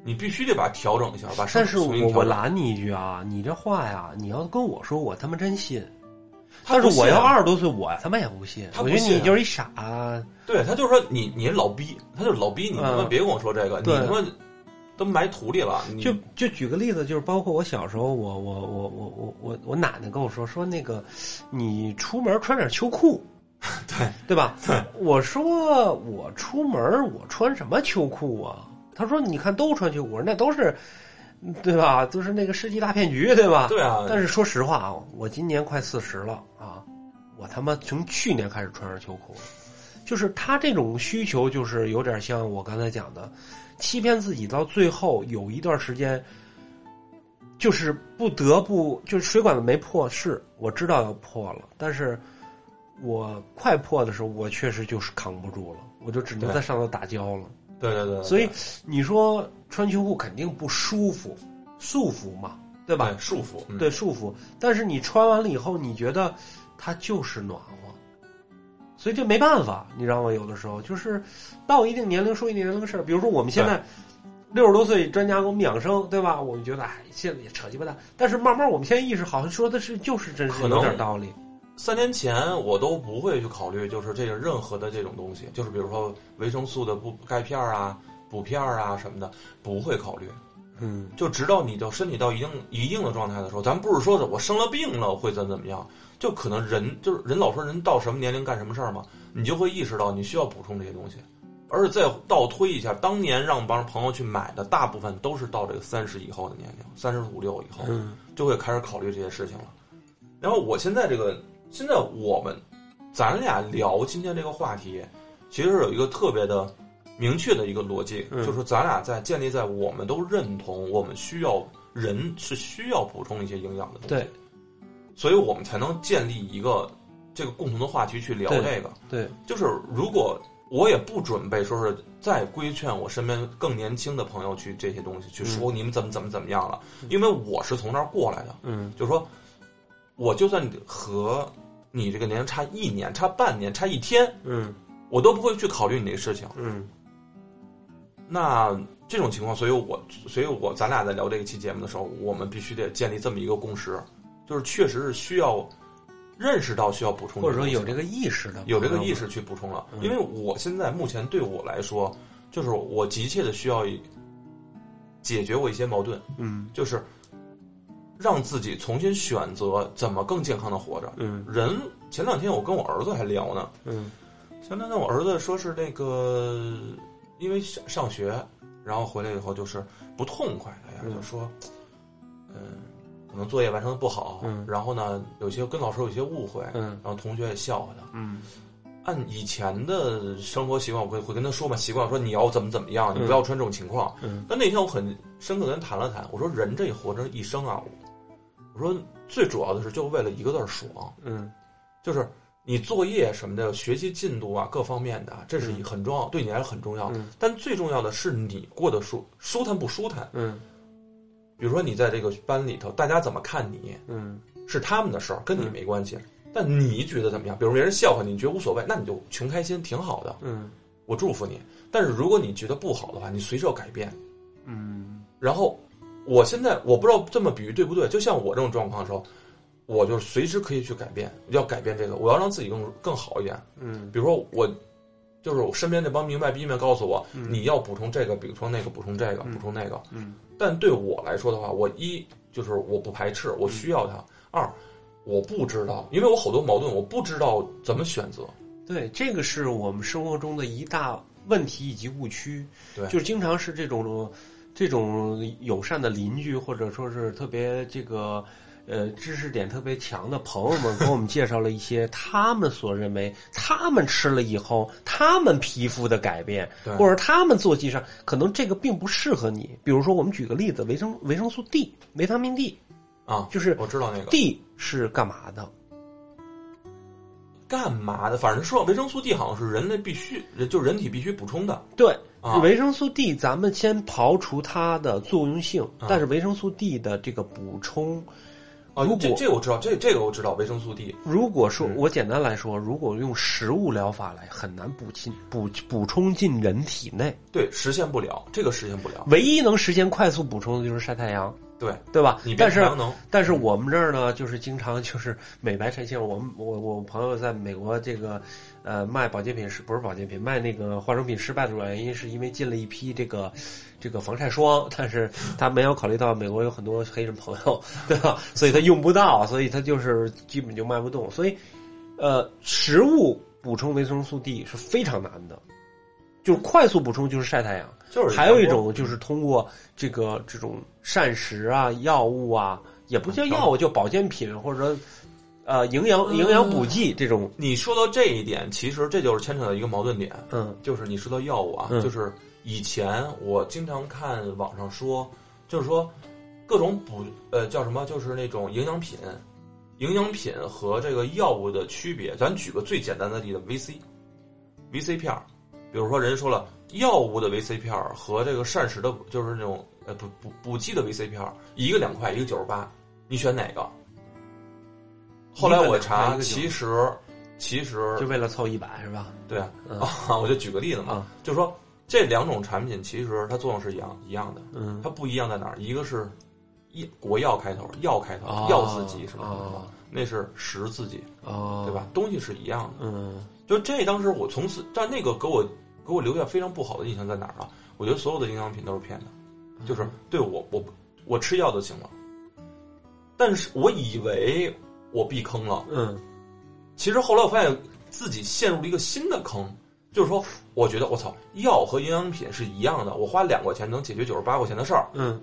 B: 你必须得把它调整一下，把生
A: 但是
B: 重
A: 我
B: 新
A: 我
B: 调整。
A: 拦你一句啊，你这话呀，你要跟我说，我他妈真信。
B: 他
A: 但
B: 不
A: 是
B: 信啊
A: 我要，二十多岁，我他妈也不信。
B: 他
A: 我
B: 不
A: 觉得
B: 信啊
A: 你就是一傻。啊
B: 对，他就说你你老逼，他就是老逼，你他妈
A: 嗯
B: 别跟我说这个，
A: 对
B: 你他妈都埋土里了，你
A: 就就举个例子，就是包括我小时候，我我我我我我我奶奶跟我说说那个，你出门穿点秋裤，
B: <laughs> 对
A: 对吧？对，我说我出门我穿什么秋裤啊？她说你看都穿秋裤，我说那都是，对吧？都是那个世纪大骗局，对吧？
B: 对啊，
A: 但是说实话啊，我今年快四十了啊，我他妈从去年开始穿上秋裤了，就是他这种需求，就是有点像我刚才讲的，欺骗自己到最后有一段时间，就是不得不就是水管子没破是我知道要破了，但是我快破的时候，我确实就是扛不住了，我就只能
B: 对
A: 在上头打胶了。
B: 对对对，对
A: 所以你说穿秋裤肯定不舒服，束缚嘛，对对吧？
B: 束缚，嗯
A: 对，束缚。但是你穿完了以后，你觉得它就是暖和，所以这没办法。你让我有的时候就是到一定年龄说一定年龄的事儿，比如说我们现在六十多岁，专家给我们养生，对吧？我们觉得哎，现在也扯鸡巴蛋。但是慢慢我们现在意识，好像说的是就是真是
B: 可
A: 有
B: 能
A: 点道理。
B: 三年前我都不会去考虑，就是这个任何的这种东西，就是比如说维生素的补钙片儿啊、补片儿啊什么的，不会考虑。
A: 嗯，
B: 就直到你的身体到一定一定的状态的时候，咱不是说是我生了病了我会怎怎么样，就可能人就是人老说人到什么年龄干什么事儿嘛，你就会意识到你需要补充这些东西。而且再倒推一下，当年让帮朋友去买的大部分都是到这个三十以后的年龄，三十五六以后，
A: 嗯
B: 就会开始考虑这些事情了。然后我现在这个，现在我们咱俩聊今天这个话题，其实是有一个特别的明确的一个逻辑，
A: 嗯
B: 就是咱俩在建立在我们都认同我们需要人是需要补充一些营养的东西，
A: 对
B: 所以我们才能建立一个这个共同的话题去聊
A: 对
B: 这个。
A: 对，
B: 就是如果我也不准备说是再规劝我身边更年轻的朋友去这些东西去说你们怎么怎么怎么样了，因为我是从那儿过来的，
A: 嗯
B: 就是说，我就算和你这个年龄差一年、差半年、差一天，
A: 嗯
B: 我都不会去考虑你这个事情。
A: 嗯
B: 那这种情况，所以我，所以我咱俩在聊这一期节目的时候，我们必须得建立这么一个共识，就是确实是需要认识到需要补充，
A: 或者说有这个意识的，
B: 嗯有这个意，识去补充了。
A: 嗯
B: 因为我现在目前对我来说，就是我急切的需要解决我一些矛盾，
A: 嗯
B: 就是让自己重新选择怎么更健康的活着。
A: 嗯
B: 人前两天我跟我儿子还聊呢，
A: 嗯
B: 前两天我儿子说是那个因为上上学，然后回来以后就是不痛快，哎呀
A: 嗯
B: 就说，嗯、可能作业完成的不好，
A: 嗯
B: 然后呢有些跟老师有些误会，
A: 嗯
B: 然后同学也笑话他。
A: 嗯
B: 按以前的生活习惯，我会会跟他说嘛，习惯说你要怎么怎么样，你不要出现这种情况。
A: 嗯
B: 但那天我很深刻地跟他谈了谈，我说人这活着一生啊，我说最主要的是就为了一个字儿爽，
A: 嗯
B: 就是你作业什么的、学习进度啊各方面的啊，这是一很重要，对你来说很重要。
A: 嗯
B: 但最重要的是你过得舒舒坦不舒坦。
A: 嗯
B: 比如说你在这个班里头，大家怎么看你
A: 嗯
B: 是他们的事儿，跟你
A: 嗯
B: 没关系。但你觉得怎么样？比如别人笑话你，你觉得无所谓，那你就穷开心，挺好的。
A: 嗯
B: 我祝福你。但是如果你觉得不好的话，你随时要改变。
A: 嗯
B: 然后，我现在我不知道这么比喻对不对，就像我这种状况的时候，我就是随时可以去改变，要改变这个，我要让自己更更好一点。
A: 嗯
B: 比如说我，就是我身边那帮明白逼们告诉我，
A: 嗯
B: 你要补充这个，补充那个，补充这个，
A: 嗯
B: 补充那个。
A: 嗯
B: 但对我来说的话，我一就是我不排斥，我需要它；
A: 嗯
B: 二我不知道，因为我好多矛盾，我不知道怎么选择。
A: 对，这个是我们生活中的一大问题以及误区，
B: 对
A: 就是经常是这种这种友善的邻居，或者说是特别这个呃知识点特别强的朋友们，给我们介绍了一些他们所认为他们吃了以后，他们皮肤的改变，
B: 对
A: 或者他们作息上可能这个并不适合你。比如说，我们举个例子，维生维生素 D、维他命 D，
B: 啊，
A: 就是
B: 我知道那个
A: D 是干嘛的？
B: 干嘛的？反正说维生素 D 好像是人类必须，人就人体必须补充的
A: 对，
B: 啊
A: 维生素 D，咱们先刨除它的作用性，
B: 啊
A: 但是维生素 D 的这个补充，
B: 啊
A: 如。
B: 这
A: 果
B: 这个我知道，这这个我知道，维生素 D
A: 如果说、
B: 嗯
A: 我简单来说，如果用食物疗法来，很难补进补补充进人体内。
B: 对实现不了，这个实现不了。
A: 唯一能实现快速补充的就是晒太阳，
B: 对
A: 对吧
B: 你？别
A: 但是
B: 太阳能
A: 但是我们这儿呢，就是经常就是美白陈先生，我们我我朋友在美国这个，呃，卖保健品是不是保健品？卖那个化妆品失败的原因是因为进了一批这个这个防晒霜，但是他没有考虑到美国有很多黑人朋友，对吧？所以他用不到，所以他就是基本就卖不动。所以，呃，食物补充维生素 D 是非常难的，就是快速补充就是晒太阳。
B: 就是
A: 还有一种就是通过这个这种膳食啊、药物啊，也不
B: 嗯
A: 叫药物，就保健品或者说呃营养营养补剂这种，
B: 你说到这一点，其实这就是牵扯到一个矛盾点，
A: 嗯
B: 就是你说到药物啊，
A: 嗯
B: 就是以前我经常看网上说，就是说各种补呃叫什么，就是那种营养品，营养品和这个药物的区别，咱举个最简单的例子，VC，VC 片儿，比如说人家说了，药物的 VC 片儿和这个膳食的，就是那种呃不不不记得 VC 片儿，一个两块，一个九十八，你选哪个？后来我
A: 一个两块一
B: 查，
A: 个九
B: 其实其实
A: 就为了凑一百是吧？
B: 对啊，
A: 嗯
B: <laughs> 啊，我就举个例子嘛
A: 啊，
B: 就说这两种产品其实它作用是一样一样的，
A: 嗯
B: 它，不一样在哪儿？一个是一国药开头，药开头，
A: 哦
B: 药字己是吧？
A: 哦
B: 那是十字己，
A: 哦，
B: 对？吧？东西是一样的。
A: 嗯，
B: 就这，当时我从此，但那个给我给我留下非常不好的印象在哪儿啊？我觉得所有的营养品都是骗的，就是对我我我吃药就行了，但是我以为我避坑了，
A: 嗯
B: 其实后来我发现自己陷入了一个新的坑，就是说，我觉得我操，药和营养品是一样的，我花两块钱能解决九十八块钱的事儿，
A: 嗯，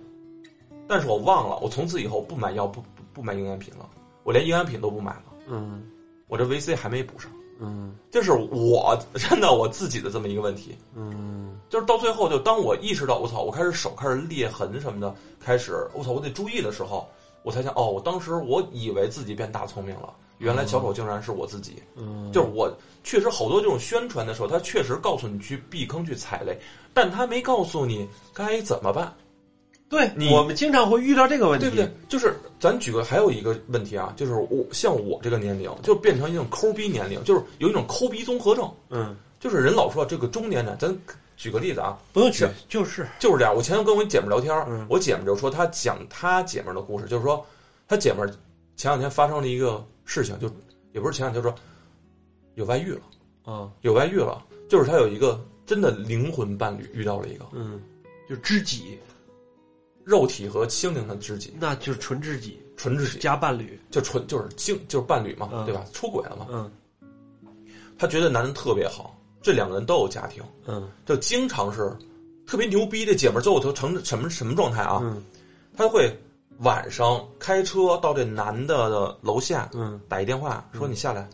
B: 但是我忘了，我从此以后不买药不不不买营养品了，我连营养品都不买了，
A: 嗯
B: 我这维 c 还没补上，
A: 嗯
B: 这是我 <laughs> 真的我自己的这么一个问题，
A: 嗯
B: 就是到最后，就当我意识到我操，我开始手开始裂痕什么的，开始我操，我得注意的时候，我才想哦，我当时我以为自己变大聪明了，原来小丑竟然是我自己。
A: 嗯，
B: 就是我确实好多这种宣传的时候，他确实告诉你去避坑去踩雷，但他没告诉你该怎么办，
A: 对
B: 你
A: 我们经常会遇到这个问题，
B: 对不对？就是咱举个还有一个问题啊，就是我像我这个年龄，就变成一种抠逼年龄，就是有一种抠逼综合症，
A: 嗯，
B: 就是人老说这个中年人，咱举个例子啊，
A: 不用去
B: 是，
A: 就是，
B: 就是这样。我前天跟我一姐们聊天儿，
A: 嗯
B: 我姐们就说她讲她姐们儿的故事，就是说她姐们儿前两天发生了一个事情，就也不是前两天，就是说有外遇了。
A: 嗯
B: 有外遇了，就是他有一个真的灵魂伴侣遇到了一个
A: 嗯，就知己，
B: 肉体和心灵的知己，
A: 那就是纯知己
B: 纯知己，
A: 加伴侣，
B: 就纯就是性就是伴侣嘛，
A: 嗯
B: 对吧？出轨了嘛，
A: 嗯
B: 他觉得男人特别好，这两个人都有家庭，
A: 嗯
B: 就经常是特别牛逼。这姐们儿最后都成什么什么状态啊？
A: 嗯
B: 她会晚上开车到这男的的楼下
A: 嗯
B: 打一电话，说
A: 嗯
B: 你下来，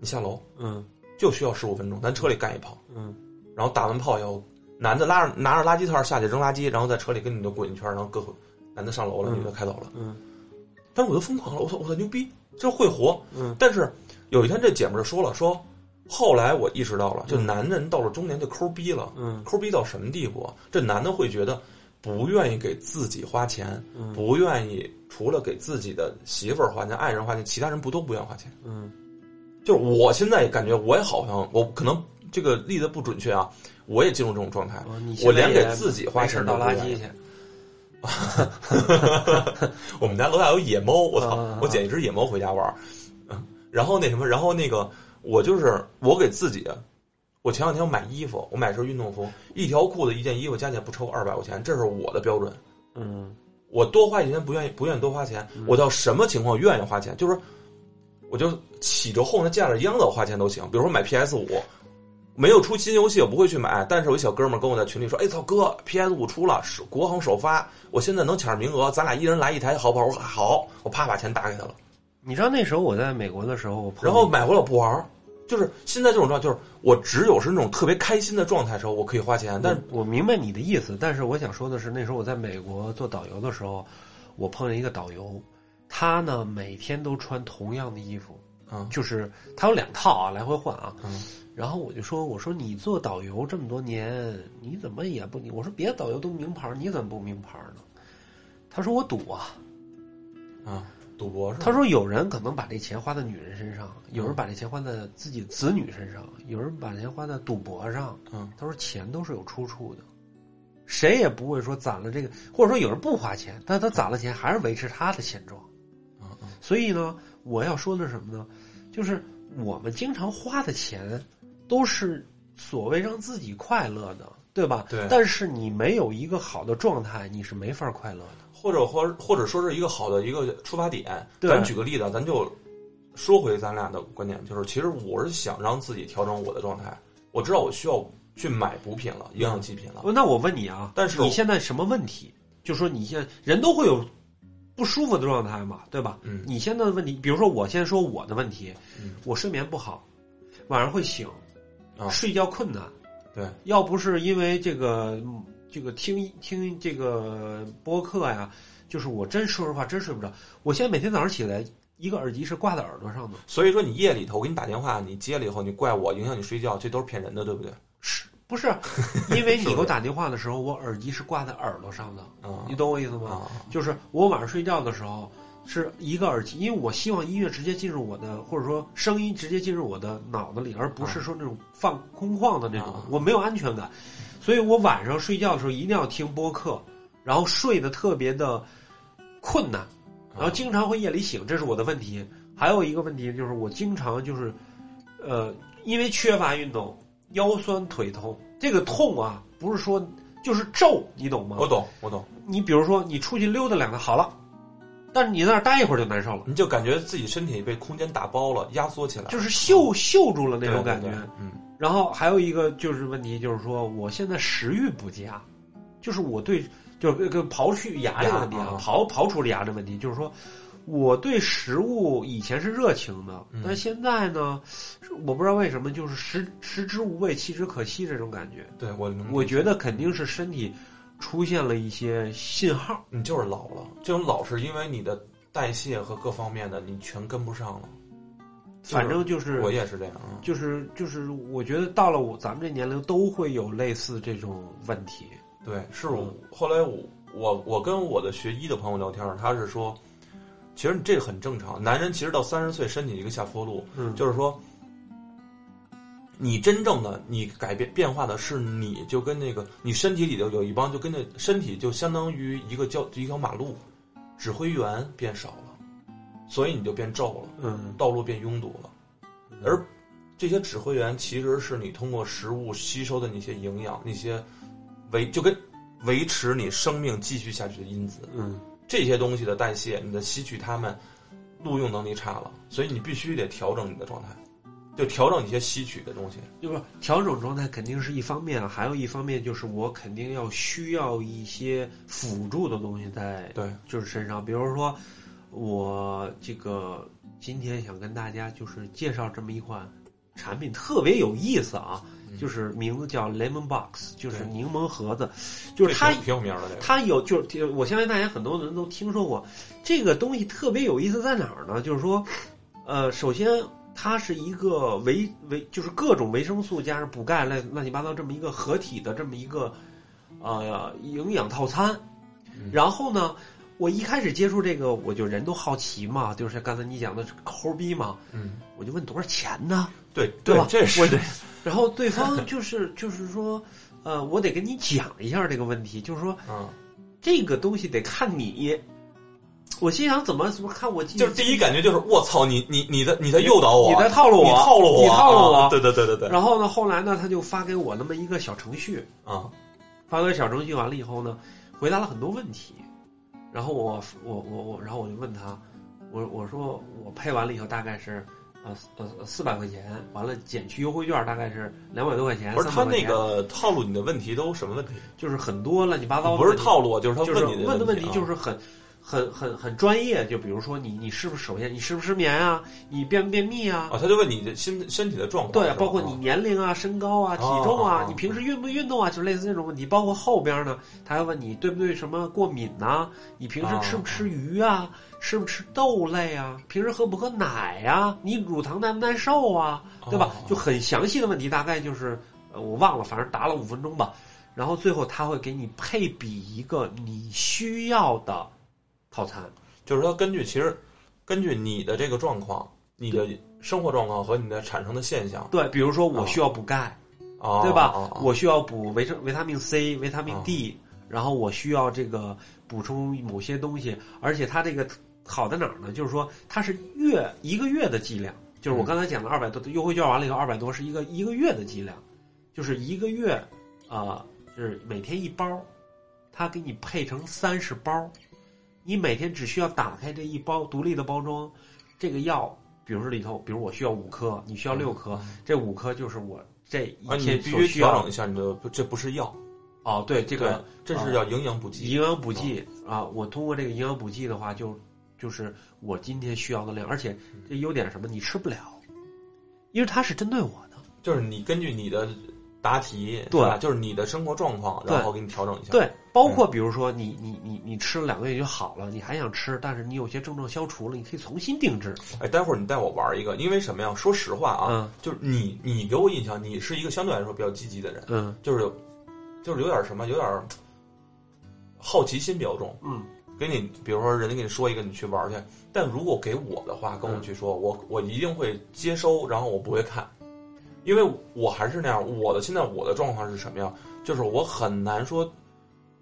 B: 你下楼
A: 嗯
B: 就需要十五分钟，咱车里干一炮。
A: 嗯
B: 然后打完炮以后，男的拉着拿着垃圾套下去扔垃圾，然后在车里跟女的滚一圈，然后各回男的上楼了，
A: 嗯
B: 女的开走了。
A: 嗯
B: 但是我都疯狂了，我操我操牛逼，这会活。
A: 嗯
B: 但是有一天这姐们儿就说了，说后来我意识到了，就
A: 嗯
B: 男人到了中年就抠逼了，
A: 嗯
B: 抠逼到什么地步啊？这男的会觉得不愿意给自己花钱，
A: 嗯
B: 不愿意除了给自己的媳妇儿花钱、爱人花钱，其他人不都不愿意花钱。
A: 嗯
B: 就是我现在也感觉我也好像我可能这个例子不准确啊，我也进入这种状态了。
A: 哦你现在
B: 我连给
A: 也
B: 自己花
A: 没事
B: 钱
A: 倒垃圾
B: 去。
A: 去，
B: 我们家楼下有野猫，我操
A: 啊啊啊！
B: 我捡一只野猫回家玩儿。嗯然后那什么，然后那个，我就是我给自己，我前两天买衣服，我买身运动服，一条裤子一件衣服加起来不超过二百块钱，这是我的标准。
A: 嗯
B: 我多花一钱不愿意，不愿意多花钱。我到什么情况愿意花钱？就是我就起着后那架着秧子我花钱都行。比如说买 PS 五，没有出新游戏我不会去买，但是我一小哥们儿跟我在群里说：“哎操哥，PS 五出了，是国行首发，我现在能抢着名额，咱俩一人来一台，好不好？”我说好，我啪把钱打给他了。
A: 你知道那时候我在美国的时候，我朋友
B: 然后买回来我不玩儿，就是现在这种状态，就是我只有是那种特别开心的状态的时候，我可以花钱，但是
A: 我我明白你的意思，但是我想说的是，那时候我在美国做导游的时候，我碰见一个导游，他呢每天都穿同样的衣服，
B: 嗯
A: 就是他有两套啊，来回换啊。
B: 嗯
A: 然后我就说，我说你做导游这么多年，你怎么也不你？我说别的导游都名牌，你怎么不名牌呢？他说我赌啊，
B: 啊，赌博是吧？
A: 他说有人可能把这钱花在女人身上，有人把这钱花在自己子女身上，有人把钱花在赌博上。
B: 嗯，
A: 他说钱都是有出处的，谁也不会说攒了这个，或者说有人不花钱，但他攒了钱还是维持他的现状。
B: 嗯嗯
A: 所以呢，我要说的是什么呢？就是我们经常花的钱，都是所谓让自己快乐的，对吧？
B: 对
A: 但是你没有一个好的状态，你是没法快乐的。
B: 或者或或者说是一个好的一个出发点。
A: 对
B: 咱举个例子啊，咱就说回咱俩的观点，就是其实我是想让自己调整我的状态。我知道我需要去买补品了，营养剂品了，
A: 那我问你啊，
B: 但是
A: 你现在什么问题？就说你现在人都会有不舒服的状态嘛，对吧？
B: 嗯
A: 你现在的问题，比如说我先说我的问题，
B: 嗯
A: 我睡眠不好，晚上会醒，
B: 啊
A: 睡觉困难。
B: 对，
A: 要不是因为这个嗯这个听听这个播客呀，就是我真说实话真睡不着。我现在每天早上起来，一个耳机是挂在耳朵上的，
B: 所以说你夜里头我给你打电话，你接了以后你怪我影响你睡觉，这都是骗人的，对不对？
A: 是不
B: <laughs>
A: 是，因为你给我打电话的时候，我耳机是挂在耳朵上的，
B: 啊
A: 你懂我意思吗？
B: 啊
A: 就是我晚上睡觉的时候是一个耳机，因为我希望音乐直接进入我的，或者说声音直接进入我的脑子里，而不是说那种放空旷的那种
B: 啊，
A: 我没有安全感，所以我晚上睡觉的时候一定要听播客，然后睡得特别的困难，然后
B: 嗯
A: 经常会夜里醒，这是我的问题。还有一个问题就是我经常就是，呃，因为缺乏运动，腰酸腿痛，这个痛啊，不是说就是皱，你懂吗？
B: 我懂，我懂，
A: 你比如说你出去溜达两趟好了，但是你在那儿待一会儿就难受了，
B: 你就感觉自己身体被空间打包了，压缩起来，
A: 就是锈锈住了那种
B: 嗯对
A: 感觉。
B: 对对嗯，
A: 然后还有一个就是问题，就是说我现在食欲不佳，就是我对就是跟刨去牙这个问题
B: 牙
A: 啊
B: 啊，
A: 刨刨除了牙这问题，就是说我对食物以前是热情的，
B: 嗯
A: 但现在呢，我不知道为什么就是食食之无味，弃之可惜这种感觉。
B: 对我能
A: 我觉得肯定是身体出现了一些信号，
B: 你就是老了，这种老是因为你的代谢和各方面的你全跟不上了。就是
A: 反正就是嗯
B: 我也是这样啊，
A: 就是就是，我觉得到了我咱们这年龄都会有类似这种问题。
B: 对，是我后来我我我跟我的学医的朋友聊天，他是说，其实你这个很正常，男人其实到三十岁身体一个下坡路，
A: 嗯，
B: 就是说，你真正的你改变变化的是你，就跟那个你身体里头有一帮，就跟那身体就相当于一个交一条马路，指挥员变少了，所以你就变皱了，
A: 嗯，
B: 道路变拥堵了，而这些指挥员其实是你通过食物吸收的那些营养，那些维就跟维持你生命继续下去的因子，
A: 嗯
B: 这些东西的代谢，你的吸取它们录用能力差了，所以你必须得调整你的状态，就调整你一些吸取的东西。
A: 就是调整状态肯定是一方面，啊还有一方面就是我肯定要需要一些辅助的东西在
B: 对，
A: 就是身上，比如说我这个今天想跟大家就是介绍这么一款产品，特别有意思啊，就是名字叫 Lemon Box，就是
B: 嗯对
A: 柠檬盒子，就是它
B: 这挺挺有名的这个。
A: 它有就是挺，我相信大家很多人都听说过这个东西，特别有意思在哪儿呢？就是说，呃，首先它是一个维维，就是各种维生素加上补钙乱乱七八糟这么一个合体的这么一个呃营养套餐。
B: 嗯
A: 然后呢，我一开始接触这个，我就人都好奇嘛，就是刚才你讲的抠逼嘛，
B: 嗯，
A: 我就问多少钱呢？
B: 对
A: 对吧
B: 这
A: 我
B: 是
A: 然后对方就是就是说，呃，我得跟你讲一下这个问题，就是说。
B: 嗯，
A: 这个东西得看你。我心想怎么怎么看我记
B: 就是第一感觉就是我操，你你你在你在诱导我，
A: 你在套路我
B: 你套路我，
A: 你套路我
B: 啊对对对对对，
A: 然后呢，后来呢，他就发给我那么一个小程序，
B: 啊，
A: 发给小程序完了以后呢，回答了很多问题。然后我我我我，然后我就问他，我我说我配完了以后大概是呃呃四百块钱，完了减去优惠券大概是两百多块钱，
B: 不是
A: 300
B: 他
A: 块
B: 那
A: 钱
B: 个套路你的问题都什么问题？
A: 就是很多乱七八糟的
B: 不是
A: 问题
B: 套路，啊就是他
A: 就是
B: 你
A: 问
B: 的
A: 的问题
B: 啊
A: 就是很。很很很专业，就比如说你你是不是首先你是不是失眠啊，你便不便秘啊，
B: 啊，他就问你的身身体的状况，
A: 对
B: 是吧
A: 包括你
B: 啊
A: 年龄啊、身高啊、体重
B: 哦哦
A: 啊
B: 哦，
A: 你平时运不运动啊，就类似这种问题。包括后边呢，他还问你对不对什么过敏呐、你平时
B: 哦
A: 吃不吃鱼啊？吃不吃豆类啊？平时喝不喝奶呀、你乳糖耐不耐受啊？对吧
B: 哦？
A: 就很详细的问题，大概就是呃我忘了，反正答了五分钟吧。然后最后他会给你配比一个你需要的套餐。
B: 就是说根据其实根据你的这个状况，你的生活状况和你的产生的现象
A: 对，比如说我需要补钙，
B: 啊，
A: 对吧？
B: 啊啊
A: 我需要补维生维他命 C、维他命 D，、然后我需要这个补充某些东西，而且它这个好在哪儿呢？就是说它是月一个月的剂量，就是我
B: 嗯
A: 刚才讲的二百多优惠券完了以后，二百多是一个一个月的剂量，就是一个月啊、就是每天一包，它给你配成三十包，你每天只需要打开这一包独立的包装，这个药。比如说里头，比如我需要五颗，你需要六颗，这五颗就是我这一
B: 啊，你
A: 天
B: 必
A: 所
B: 须
A: 需要
B: 调整一下你的，这不是药，
A: 哦，对，这个
B: 这是叫营养补剂。
A: 营养补剂啊，我通过这个营养补剂的话，就就是我今天需要的量，而且这优点是什么？你吃不了，因为它是针对我的。
B: 就是你根据你的答题，
A: 对
B: 是吧？就是你的生活状况，
A: 对
B: 然后给你调整一下。
A: 对，嗯包括比如说你你你你吃了两个月就好了，你还想吃，但是你有些症状消除了，你可以重新定制。
B: 哎，待会儿你带我玩一个，因为什么呀？说实话啊，
A: 嗯
B: 就是你，你给我印象，你是一个相对来说比较积极的人，
A: 嗯
B: 就是有，就是有点什么，有点儿好奇心比较重。
A: 嗯
B: 给你，比如说人家给你说一个，你去玩去。但如果给我的话，跟我去说，我我一定会接收，然后我不会看，因为我还是那样。我的现在我的状况是什么呀？就是我很难说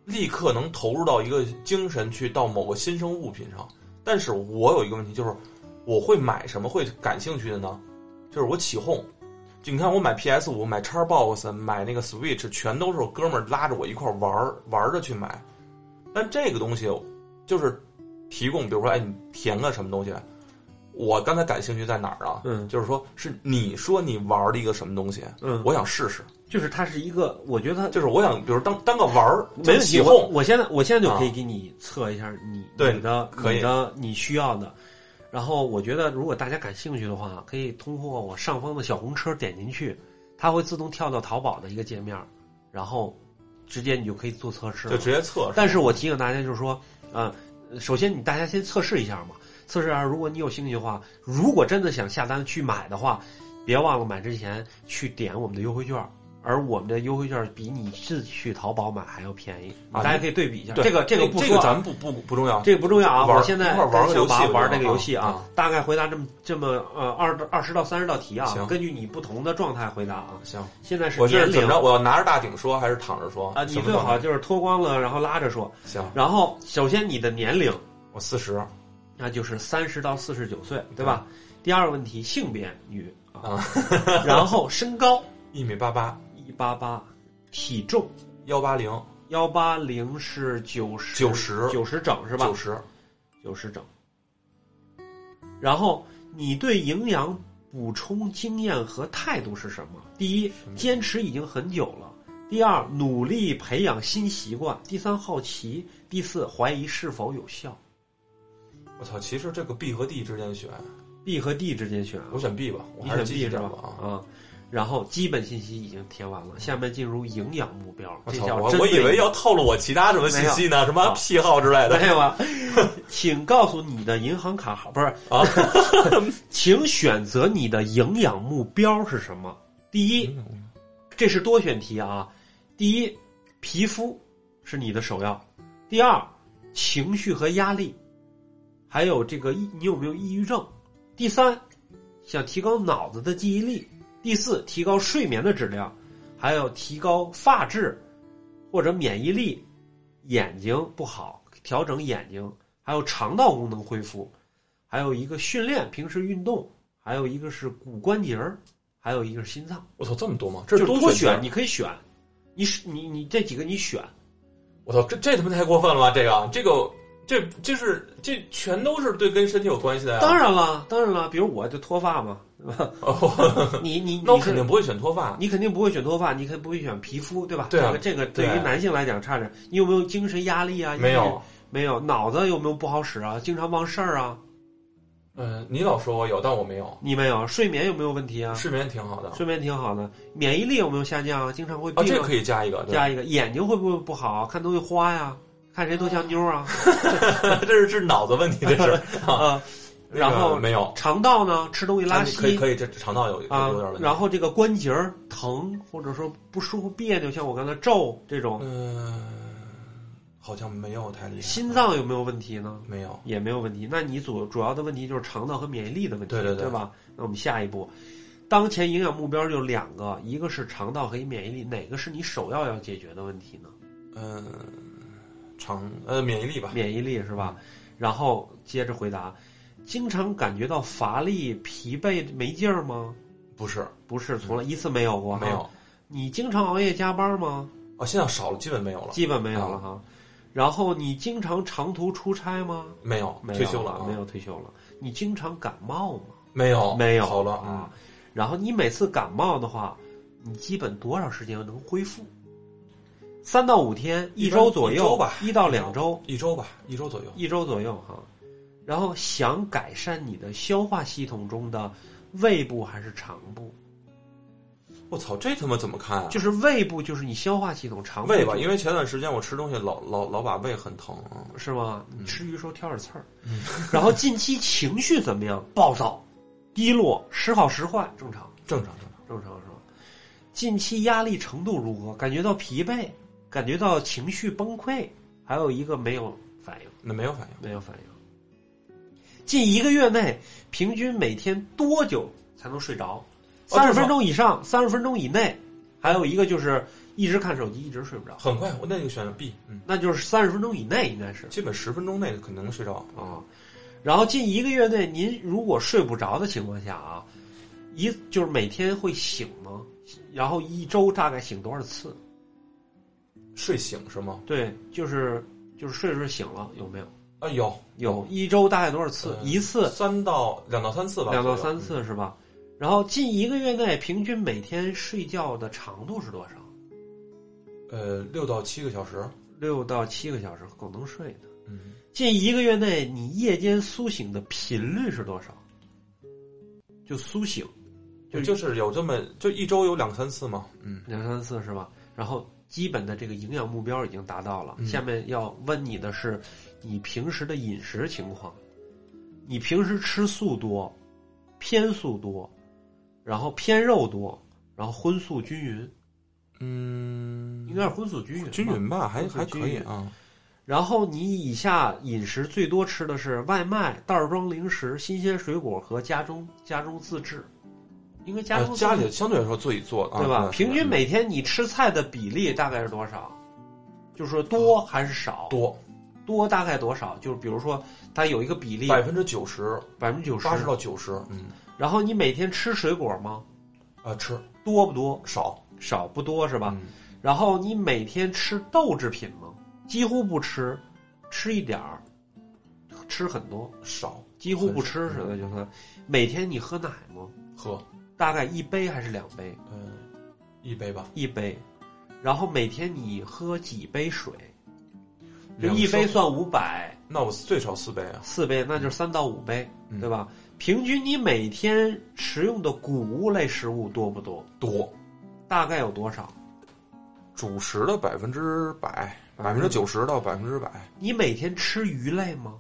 B: 立刻能投入到一个精神去到某个新生物品上。但是我有一个问题，就是我会买什么会感兴趣的呢？就是我起哄。就你看，我买 PS 五、买 Xbox、买那个 Switch，全都是我哥们儿拉着我一块儿玩儿玩儿着去买。但这个东西就是提供，比如说，哎，你填个什么东西？我刚才感兴趣在哪儿啊？
A: 嗯
B: 就是说是你说你玩的一个什么东西，
A: 嗯，
B: 我想试试。
A: 就是它是一个，我觉得它
B: 就是我想，比如当当个玩儿，
A: 没问
B: 就起
A: 题。我
B: 哄，
A: 我现在我现在就可以给你测一下你、
B: 啊对
A: 你的
B: 可以
A: 你的你需要的。然后我觉得，如果大家感兴趣的话，可以通过我上方的小红车点进去，它会自动跳到淘宝的一个界面，然后直接你就可以做测试了。
B: 就直接测试。
A: 但是我提醒大家，就是说，啊、首先你大家先测试一下嘛，测试一下。如果你有兴趣的话，如果真的想下单去买的话，别忘了买之前去点我们的优惠券。而我们的优惠券比你自己去淘宝买还要便宜，
B: 啊
A: 大家可以对比一下。
B: 对
A: 这个这
B: 这
A: 个不
B: 这
A: 说
B: 个
A: 啊
B: 咱们不不不重要。
A: 这个不重要啊。
B: 玩
A: 我现在
B: 一块玩个游
A: 想
B: 戏
A: 把
B: 我觉
A: 玩
B: 得
A: 这个游戏
B: 啊
A: 啊，大概回答这么这么呃二二十到三十道题啊
B: 行，
A: 根据你不同的状态回答啊。
B: 行，
A: 现在是
B: 我
A: 年
B: 是怎
A: 龄
B: 么着？我要拿着大顶说，还是躺着说？
A: 啊，你
B: 什么
A: 最
B: 状态
A: 好就是脱光了，然后拉着说。
B: 行。
A: 然后首先你的年龄。
B: 我四十
A: 那就是三十到四十九岁，对吧？第二个问题，性别女啊，
B: 啊，
A: <laughs> 然后身高
B: 一米八八，
A: 一八八，体重
B: 幺八零，
A: 幺八零是九十
B: 90
A: 九十整是吧
B: 九？十，
A: 九十整。然后你对营养补充经验和态度是什么？第一，坚持已经很久了；第二，努力培养新习惯；第三，好奇；第四，怀疑是否有效。
B: 我操！其实这个 B 和 D 之间选，
A: B 和 D 之间选啊，
B: 我选 B 吧，我
A: 你
B: 还是
A: 选
B: 积
A: B
B: 极
A: 是
B: 点
A: 吧？
B: 吧啊。
A: 啊，然后基本信息已经填完了，下面进入营养目标，
B: 我
A: 这
B: 操！
A: 叫
B: 我
A: 针
B: 我
A: 对
B: 以为要透露我其他什么信息呢，什
A: 啊
B: 么癖好之类
A: <laughs>
B: 的
A: 没有啊，请告诉你的银行卡号不是，
B: 啊。
A: 请选择你的营养目标是什么？第一，
B: 嗯
A: 这是多选题啊，第一，皮肤是你的首要；第二，情绪和压力，还有这个抑你有没有抑郁症；第三，想提高脑子的记忆力；第四，提高睡眠的质量，还有提高发质或者免疫力，眼睛不好调整眼睛，还有肠道功能恢复，还有一个训练平时运动，还有一个是骨关节儿，还有一个是心脏，
B: 我操，这么多吗？这
A: 就是是
B: 多
A: 多
B: 选
A: 选，你可以选，你是你你这几个你选，
B: 我操，这这他妈太过分了吧？这个这个这这是这全都是对跟身体有关系的呀。
A: 当然了，当然了，比如我就脱发
B: <laughs>
A: 嘛，
B: 哦，
A: 你你
B: 那我
A: 你是
B: 肯定不会选脱发。
A: 你肯定不会选脱发，你肯定不会选皮肤，对吧？
B: 对啊
A: 这个这个
B: 对
A: 对于男性来讲差点。你有没有精神压力啊？
B: 没有，，
A: 没有，脑子有没有不好使啊？经常忘事儿啊？
B: 嗯，你老说我有，但我没有。
A: 你没有，睡眠有没有问题啊？
B: 睡眠挺好的
A: 睡眠挺好的，免疫力有没有下降啊？经常会
B: 啊，
A: 病、
B: 这个可以加一个，对
A: 加一个，眼睛会不会不好啊？看东西花呀，看谁都
B: <laughs>
A: 像妞啊
B: 这是是脑子问题，这是。
A: 啊！然
B: 那个
A: 后
B: 没有
A: 肠道呢，吃东西拉
B: 啊可以
A: 稀
B: 可以，这肠道有有
A: 啊
B: 有点问，题。
A: 然后这个关节儿疼或者说不舒服别扭，像我刚才皱这种，
B: 嗯，好像没有太厉害。
A: 心脏有没有问题呢？
B: 没有，
A: 也没有问题。那你主主要的问题就是肠道和免疫力的问题，
B: 对对对
A: 吧？那我们下一步，当前营养目标就两个，一个是肠道和免疫力，哪个是你首要要解决的问题呢？
B: 嗯，肠呃免疫力吧，
A: 免疫力是吧？然后接着回答，经常感觉到乏力、疲惫、没劲儿吗？
B: 不是
A: 不是，从来一次没有过。
B: 嗯没。有。
A: 你经常熬夜加班吗？
B: 哦，现在少了，基本没有了，啊
A: 基本没有了哈。然后你经常长途出差吗？
B: 没有，
A: 没有
B: 退休了啊，
A: 没有退休了。你经常感冒吗？
B: 没有，
A: 没有
B: 好了
A: 啊。然后你每次感冒的话，你基本多少时间能恢复？三到五天，
B: 一
A: 一
B: 般
A: 周左右
B: 一周吧
A: 一到两周，
B: 一周吧，一周左右。
A: 一周左右哈。然后想改善你的消化系统中的胃部还是肠部？
B: 我操，这他妈怎么看啊？
A: 就是胃部就是你消化系统肠
B: 胃吧，因
A: 为
B: 为前段时间我吃东西老老老把胃很疼啊。
A: 是吗？你吃鱼时候挑点刺儿。然后近期情绪怎么样？暴躁、低落，时好时坏，正常，
B: 正常正常，
A: 正常是吧？近期压力程度如何？感觉到疲惫，感觉到情绪崩溃，还有一个没有反应。
B: 那没有反应。
A: 没有反应。近一个月内，平均每天多久才能睡着？
B: 哦
A: 三
B: 这么
A: 十分钟以上，三十分钟以内。还有一个就是一直看手机，一直睡不着，
B: 很快，我那就选了 B，嗯，
A: 那就是三十分钟以内应该是
B: 基本十分钟内肯定能睡着。
A: 啊。然后近一个月内，您如果睡不着的情况下啊，一就是每天会醒吗？然后一周大概醒多少次？
B: 睡醒是吗？
A: 对，就是就是睡着睡醒了有没有？
B: 啊，有
A: 有一周大概多少次？
B: 呃
A: 一次
B: 三到两到三嗯次吧，
A: 两到
B: 左右
A: 三。次是吧？然后近一个月内平均每天睡觉的长度是多少？
B: 呃，六到七个小时。
A: 六到七个小时够能睡的。
B: 嗯，
A: 近一个月内你夜间苏醒的频率是多少？就苏醒
B: 呃就就是有这么就一周有两三次嘛。嗯，
A: 两三次是吧？然后基本的这个营养目标已经达到了。
B: 嗯
A: 下面要问你的是，你平时的饮食情况，你平时吃素多，偏素多，然后偏肉多，然后荤素均匀，应
B: 嗯，
A: 该是荤素均匀吧，
B: 均匀吧，还
A: 均
B: 还可以
A: 匀
B: 啊。
A: 然后你以下饮食最多吃的是外卖、袋装零食、新鲜水果和家中家中自制，应该家
B: 呃
A: 中自制、
B: 家里相对来说自己做的啊，
A: 对吧？
B: 是的
A: 平均每天你吃菜的比例大概是多少？就是说多还是少？
B: 多
A: 多大概多少？就是比如说它有一个比例
B: 百分之九十，
A: 百分之九十
B: 八，十到九十。嗯，
A: 然后你每天吃水果吗？
B: 啊，吃
A: 多不多？
B: 少
A: 少不多是吧？
B: 嗯
A: 然后你每天吃豆制品吗？几乎不吃，吃一点儿，吃很多。
B: 少
A: 几乎不吃似的，就算每天你喝奶吗？
B: 喝，
A: 大概一杯还是两杯？
B: 嗯，一杯吧，
A: 一杯，然后每天你喝几杯水？就
B: 两
A: 一杯
B: 升
A: 算五百，
B: 那我最少四杯啊。
A: 四杯那就是三到五杯，
B: 嗯
A: 对吧？平均你每天食用的谷物类食物多不多？
B: 多，
A: 大概有多少？
B: 主食的百分之百，百分之九十到百分之百，
A: 你每天吃鱼类吗？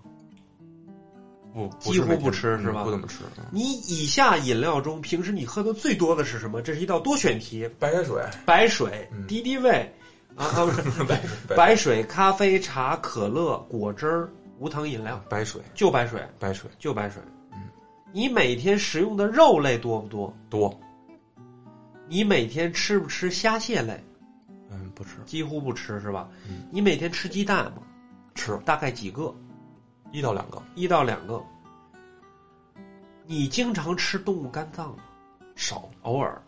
B: 不
A: 几乎不吃是吧
B: 不怎么吃。嗯
A: 你以下饮料中，平时你喝的最多的是什么？这是一道多选题，
B: 白开水，
A: 白水、
B: 嗯
A: 敌敌畏啊啊，不是
B: <laughs> 白水，
A: 白水、咖啡、茶、可乐、果汁儿、无糖饮料，
B: 白水，
A: 就白水，
B: 白水
A: 就白水。
B: 嗯，
A: 你每天食用的肉类多不多？
B: 多，
A: 你每天吃不吃虾蟹类？
B: 嗯，不吃，
A: 几乎不吃是吧？
B: 嗯
A: 你每天吃鸡蛋吗？
B: 吃
A: 大概几个？
B: 一到两个，
A: 一到两个。你经常吃动物肝脏吗？
B: 少，
A: 偶尔。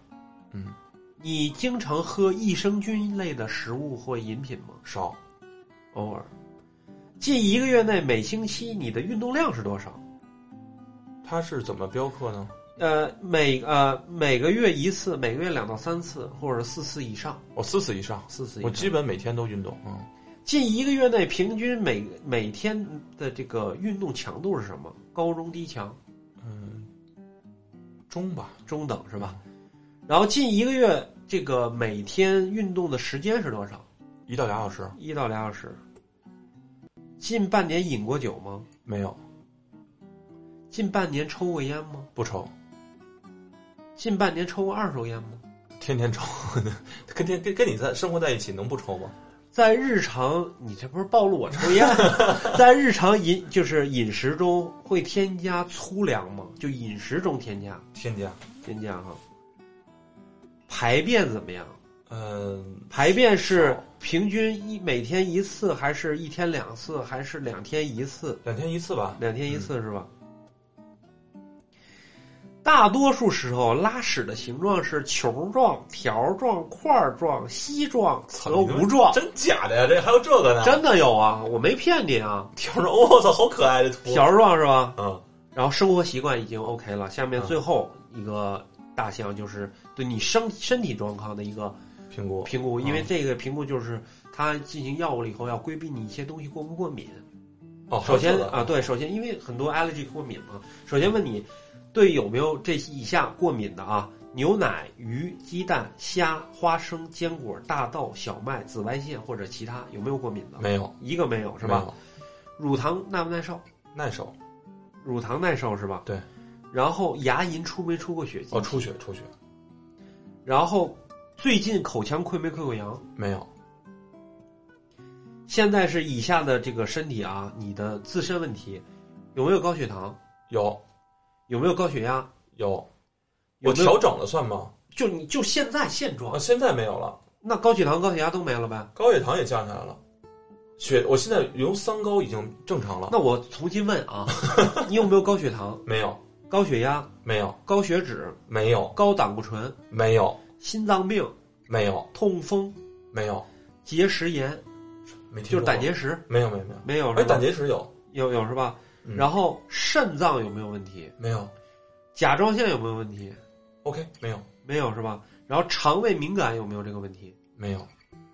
B: 嗯，
A: 你经常喝益生菌类的食物或饮品吗？
B: 少，
A: 偶尔。近一个月内，每星期你的运动量是多少？
B: 它是怎么标刻呢？
A: 呃，每呃每个月一次，每个月两到三次，或者四次以上，
B: 我四次以上，
A: 四次以
B: 我
A: 上。
B: 基本每天都运动，嗯，
A: 近一个月内平均每每天的这个运动强度是什么？高中低强
B: 嗯，中吧，
A: 中等是吧？然后近一个月这个每天运动的时间是多少？
B: 一到俩小时
A: 一到两小时。近半年饮过酒吗？
B: 没有，
A: 近半年抽过烟吗？
B: 不抽，
A: 近半年抽过二手烟吗？
B: 天天抽， <laughs> 跟天跟跟你在生活在一起能不抽吗？
A: 在日常，你这不是暴露我抽烟？ <laughs> 在日常饮就是饮食中会添加粗粮吗？就饮食中添加
B: 添加，
A: 添加哈。排便怎么样？
B: 嗯，
A: 排便是
B: 少
A: 平均一每天一次，还是一天两次，还是两天一次？
B: 两天一次吧，
A: 两天一
B: 嗯
A: 次是吧？大多数时候，拉屎的形状是球状、条状、块状、稀状
B: 哎
A: 和无状。
B: 真假的呀？这还有这个呢？
A: 真的有啊，我没骗你啊。
B: 条状，我操，好可爱的图。
A: 条状是吧？
B: 嗯，
A: 然后生活习惯已经 OK 了，下面
B: 嗯
A: 最后一个大项就是对你身身体状况的一个
B: 苹果
A: 评估，
B: 嗯
A: 因为这个评估就是它进行药物了以后要规避你一些东西过不过敏。
B: 哦，
A: 首先
B: 还有这个
A: 啊，，对，首先因为很多 allergy 过敏嘛，首先问你对有没有这以下过敏的啊？牛奶、鱼、鸡蛋、虾、花生、坚果、大豆、小麦、紫外线或者其他，有没有过敏的？
B: 没有
A: 一个没有是吧？？乳糖耐不耐受？
B: 没有耐受
A: 乳糖耐受是吧？
B: 对。
A: 然后牙龈出没出过血迹？
B: 哦，出血出血
A: 然后最近口腔溃没溃过疡？
B: 没有
A: 现在是以下的这个身体啊，你的自身问题，有没有高血糖？
B: 有
A: 有没有高血压？
B: 有，
A: 有
B: 我
A: 没有
B: 调整了算吗？
A: 就你就现在现
B: 啊，
A: 状，
B: 现在没有了，
A: 那高血糖、高血压都没了呗？
B: 高血糖也降下来了，血我现在由三高已经正常了，
A: 那我重新问
B: <laughs>
A: 啊，你有没有高血糖、
B: 没有
A: 高血压、
B: 没有
A: 高血脂、
B: 没有
A: 高胆固醇、
B: 没有
A: 心脏病、
B: 没有
A: 痛风、
B: 没有，
A: 结石炎，
B: 没听
A: 就是胆
B: 说过
A: 结石，
B: 没有没有没有，
A: 没有
B: 哎，
A: 是
B: 胆
A: 吧？
B: 结石有
A: 有有是吧？
B: 嗯
A: 然后肾脏有没有问题？
B: 没有
A: 甲状腺有没有问题？
B: ？OK，没有
A: 没有是吧？然后肠胃敏感有没有这个问题？
B: 没有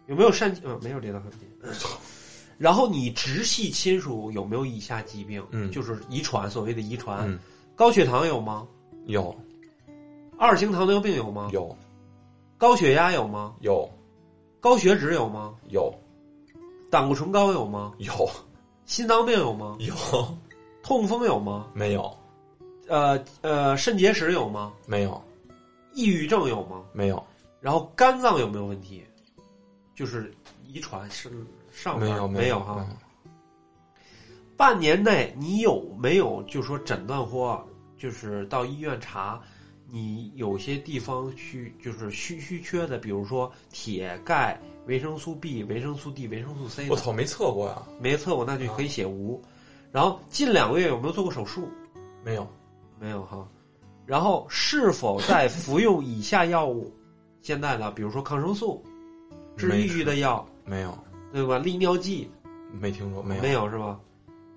A: 有没有疝气？呃，没有这道问题。然后你直系亲属有没有以下疾病？
B: 嗯
A: 就是遗传，所谓的遗传。
B: 嗯
A: 高血糖有吗？
B: 有
A: 二型糖尿病有吗？
B: 有
A: 高血压有吗？
B: 有
A: 高血脂有吗？
B: 有
A: 胆固醇高有吗？
B: 有
A: 心脏病有吗？
B: 有
A: 痛风有吗？
B: 没有
A: 呃呃，肾结石有吗？
B: 没有
A: 抑郁症有吗？
B: 没有
A: 然后肝脏有没有问题？就是遗传是上
B: 没
A: 面
B: 有
A: 没
B: 有
A: 哈。，半年内你有没有就说诊断或就是到医院查，你有些地方需就是虚虚缺的，比如说铁、钙、维生素 B、维生素 D、维生素 C
B: 我
A: 的，
B: 操，没测过呀，
A: 没测过那就可以写无。然后近两个月有没有做过手术？
B: 没有
A: 没有哈。然后是否在服用以下药物？现在的比如说抗生素、治抑
B: 没
A: 郁的药，
B: 没有
A: 对吧？利尿剂，
B: 没听说没有
A: 没有是吧？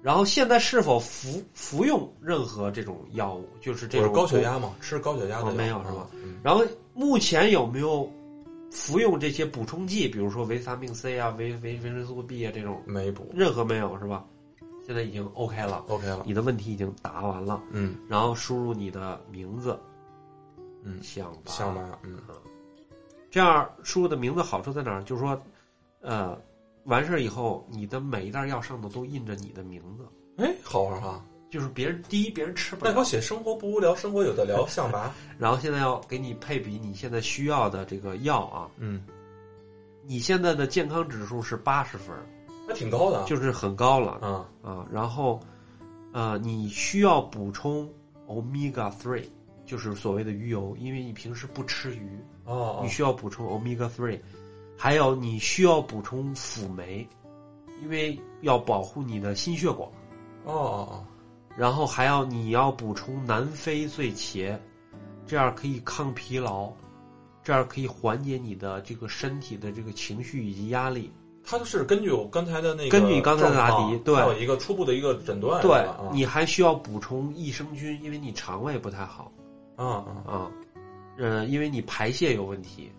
A: 然后现在是否服服用任何这种药物，就是这
B: 我是
A: 种
B: 高血。压嘛，吃高血压的
A: 哦
B: 药
A: 没有是吧？
B: 嗯
A: 然后目前有没有服用这些补充剂，比如说维他命 C 啊、维维维生素 B 啊这种？
B: 没补
A: 任何没有是吧？现在已经 OK 了，
B: ，OK 了，
A: 你的问题已经答完了，
B: 嗯
A: 然后输入你的名字，
B: 嗯，
A: 想吧，
B: 像吧，嗯
A: 这样输入的名字好处在哪儿？就是说，呃，完事儿以后，你的每一袋药上头都印着你的名字，
B: 哎，好玩哈。
A: 就是别人第一别人吃不
B: 那
A: 了
B: 给我，写生活不无聊，生活有的聊，像
A: <laughs>
B: 吧，
A: 然后现在要给你配比你现在需要的这个药啊，
B: 嗯，
A: 你现在的健康指数是八十分，
B: 还挺高的啊，
A: 就是很高了
B: 啊，
A: 啊。然后，呃，你需要补充 omega three，就是所谓的鱼油，因为你平时不吃鱼，
B: 哦，
A: 你
B: 哦
A: 需要补充 omega three，还有你需要补充辅酶，因为要保护你的心血管。
B: 哦哦
A: 然后还要你要补充南非醉茄，这样可以抗疲劳，这样可以缓解你的这个身体的这个情绪以及压力。
B: 哦，它就是根据我刚才的那个
A: 根据你刚才的
B: 状况
A: 答题对
B: 它有一个初步的一个诊断，
A: 对
B: 是吧啊，
A: 你还需要补充益生菌，因为你肠胃不太好
B: 啊啊，
A: 啊，呃，因为你排泄有问题，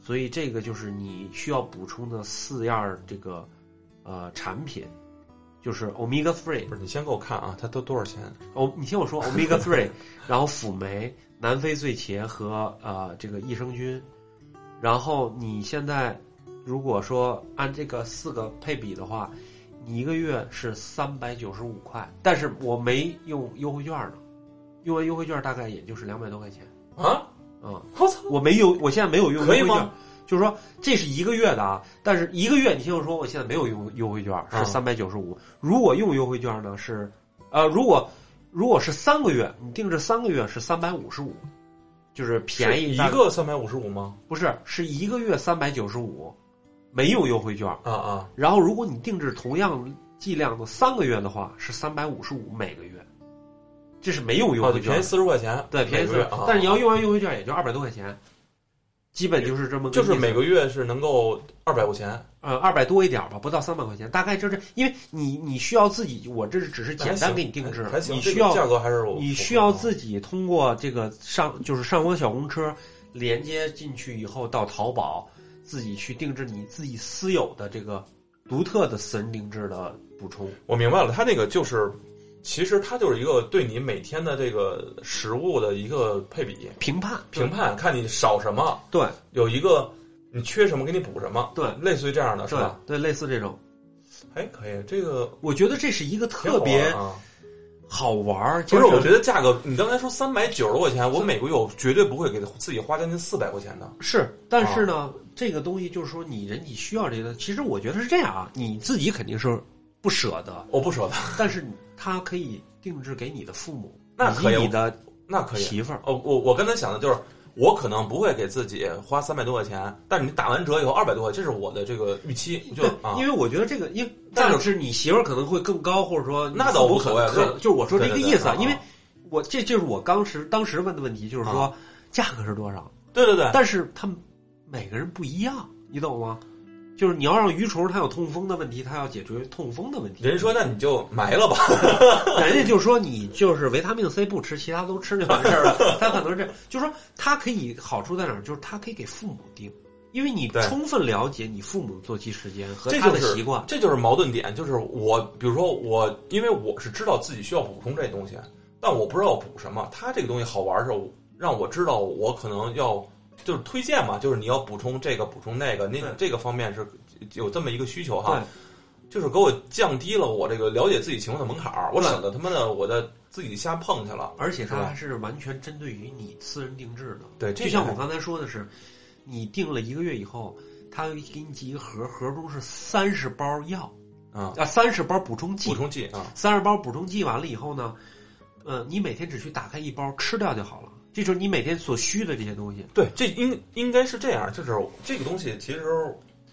A: 所以这个就是你需要补充的四样儿这个呃产品，就是 omega three
B: 不是，你先给我看啊，它都多少 <laughs> 钱？
A: 哦，你听我说，omega three，然后辅酶、南非醉茄和呃这个益生菌，然后你现在如果说按这个四个配比的话，你一个月是三百九十五块，但是我没用优惠券呢，用完优惠券大概也就是两百多块钱
B: <laughs> 啊，
A: 啊、
B: 我操，
A: 我没有，我现在没有用优惠
B: 可以
A: 券，
B: 吗
A: 就是说这是一个月的啊，但是一个月你听我说，我现在没有用优惠券，是
B: 啊
A: 三百九十五。如果用优惠券呢是，呃，如果如果是三个月，你定制三个月是三百五十五，就是便宜
B: 是
A: 大
B: 一个三百五十五吗？
A: 不是是一个月三百九十五，没有优惠券。
B: 啊啊，
A: 然后如果你定制同样剂量的三个月的话，是三百五十五每个月，这是没有优
B: 哦，
A: 惠券
B: 就便
A: 的，
B: 宜四十块钱，
A: 对，便宜四
B: 每个月
A: 十
B: 啊，
A: 但是你要用完优惠券也就二百多块钱，基本就是这么个
B: 就是
A: 意思
B: 每个月是能够二百块钱，
A: 呃，二百多一点儿吧，不到三百块钱，大概就是因为你你需要自己，我这是只是
B: 还
A: 简单
B: 行
A: 给你定制
B: 还还，行
A: 你
B: 这个
A: 需要
B: 价格还是我
A: 你需要
B: 自
A: 自己通过这个上就是上网小红车连接进去以后，到淘宝自己去定制你自己私有的这个独特的私人定制的补充。
B: 我明白了，它那个就是其实它就是一个对你每天的这个食物的一个配比
A: 评判
B: 评判，看你少什么，
A: 对
B: 有一个你缺什么给你补什么，
A: 对
B: 类似于这样的是
A: 对
B: 吧？
A: 对，类似这种，
B: 哎，可以，这个
A: 我觉得这是一个
B: 挺
A: 特
B: 好玩
A: 别
B: 啊。
A: 好玩儿，
B: 不，
A: 就是
B: 我觉得价格，你刚才说三百九十块钱，我每个月我绝对不会给自己花将近四百块钱的。
A: 是，但
B: 啊
A: 是呢，这个东西就是说你人体需要这个，其实我觉得是这样啊，你自己肯定是不舍得，
B: 我不舍得，
A: 但是它可以定制给你的父母，
B: 那
A: 以
B: 可以
A: 及你的
B: 那可以。
A: 媳妇儿，
B: 哦，我我刚才想的就是，我可能不会给自己花三百多块钱，但是你打完折以后二百多块，这是我的这个预期，就
A: 对，
B: 啊
A: 因，为我觉得这个，因为
B: 但是
A: 但是你媳妇儿可能会更高，或者说
B: 那倒无所谓
A: 可能
B: 对
A: 就是我说这个
B: 对对
A: 意思啊，
B: 对
A: 因为
B: 啊
A: 我这就是我当时当时问的问题，就是说价格是多少，
B: 对对对，
A: 但是他们每个人不一样，你懂吗？就是你要让鱼虫它有痛风的问题，它要解决痛风的问题。
B: 人家说那你就埋了吧， <laughs>
A: 人家就说你就是维他命 C 不吃，其他都吃就完事儿了。他可能这就说他可以好处在哪儿，就是他可以给父母定，因为你
B: 对
A: 充分了解你父母的作息时间和
B: 这
A: 他
B: 就
A: 的
B: 是
A: 习惯。
B: 这就是矛盾点，就是我，比如说我，因为我是知道自己需要补充这东西，但我不知道补什么。它这个东西好玩是让我知道我可能要就是推荐嘛，就是你要补充这个补充那个，那
A: 对
B: 这个方面是有这么一个需求
A: 对
B: 哈，，就是给我降低了我这个了解自己情况的门槛儿，我省得他妈的我的自己瞎碰去了。
A: 而且
B: 是
A: 它
B: 吧
A: 还是完全针对于你私人定制的。
B: 对，这
A: 就像
B: 个
A: 我刚才说的是，你定了一个月以后，他给你寄一个盒，盒中是三十包药
B: 啊
A: 啊，三十包补充剂
B: 补，充剂啊，
A: 三十包补充剂完了以后呢，呃，你每天只需打开一包吃掉就好了，这就是你每天所需的这些东西。
B: 对，这应应该是这样，就是这个东西其实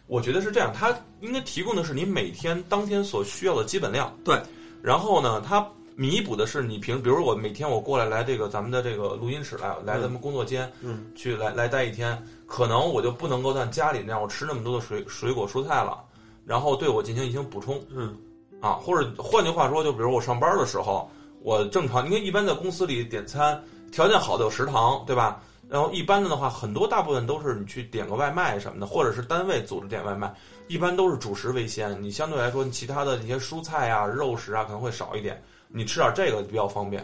B: 我觉得是这样，它应该提供的是你每天当天所需要的基本量，
A: 对，
B: 然后呢，它弥补的是你平，比如我每天我过来来这个咱们的这个录音室来来咱们工作间、
A: 嗯，
B: 去来来待一天，可能我就不能够像家里那样我吃那么多的水水果蔬菜了，然后对我进行一些补充
A: 嗯，
B: 啊，或者换句话说，就比如我上班的时候，我正常，你看一般在公司里点餐，条件好的有食堂，对吧？然后一般的的话，很多大部分都是你去点个外卖什么的，或者是单位组织点外卖，一般都是主食为先。你相对来说，你其他的一些蔬菜啊、肉食啊可能会少一点，你吃点这个比较方便。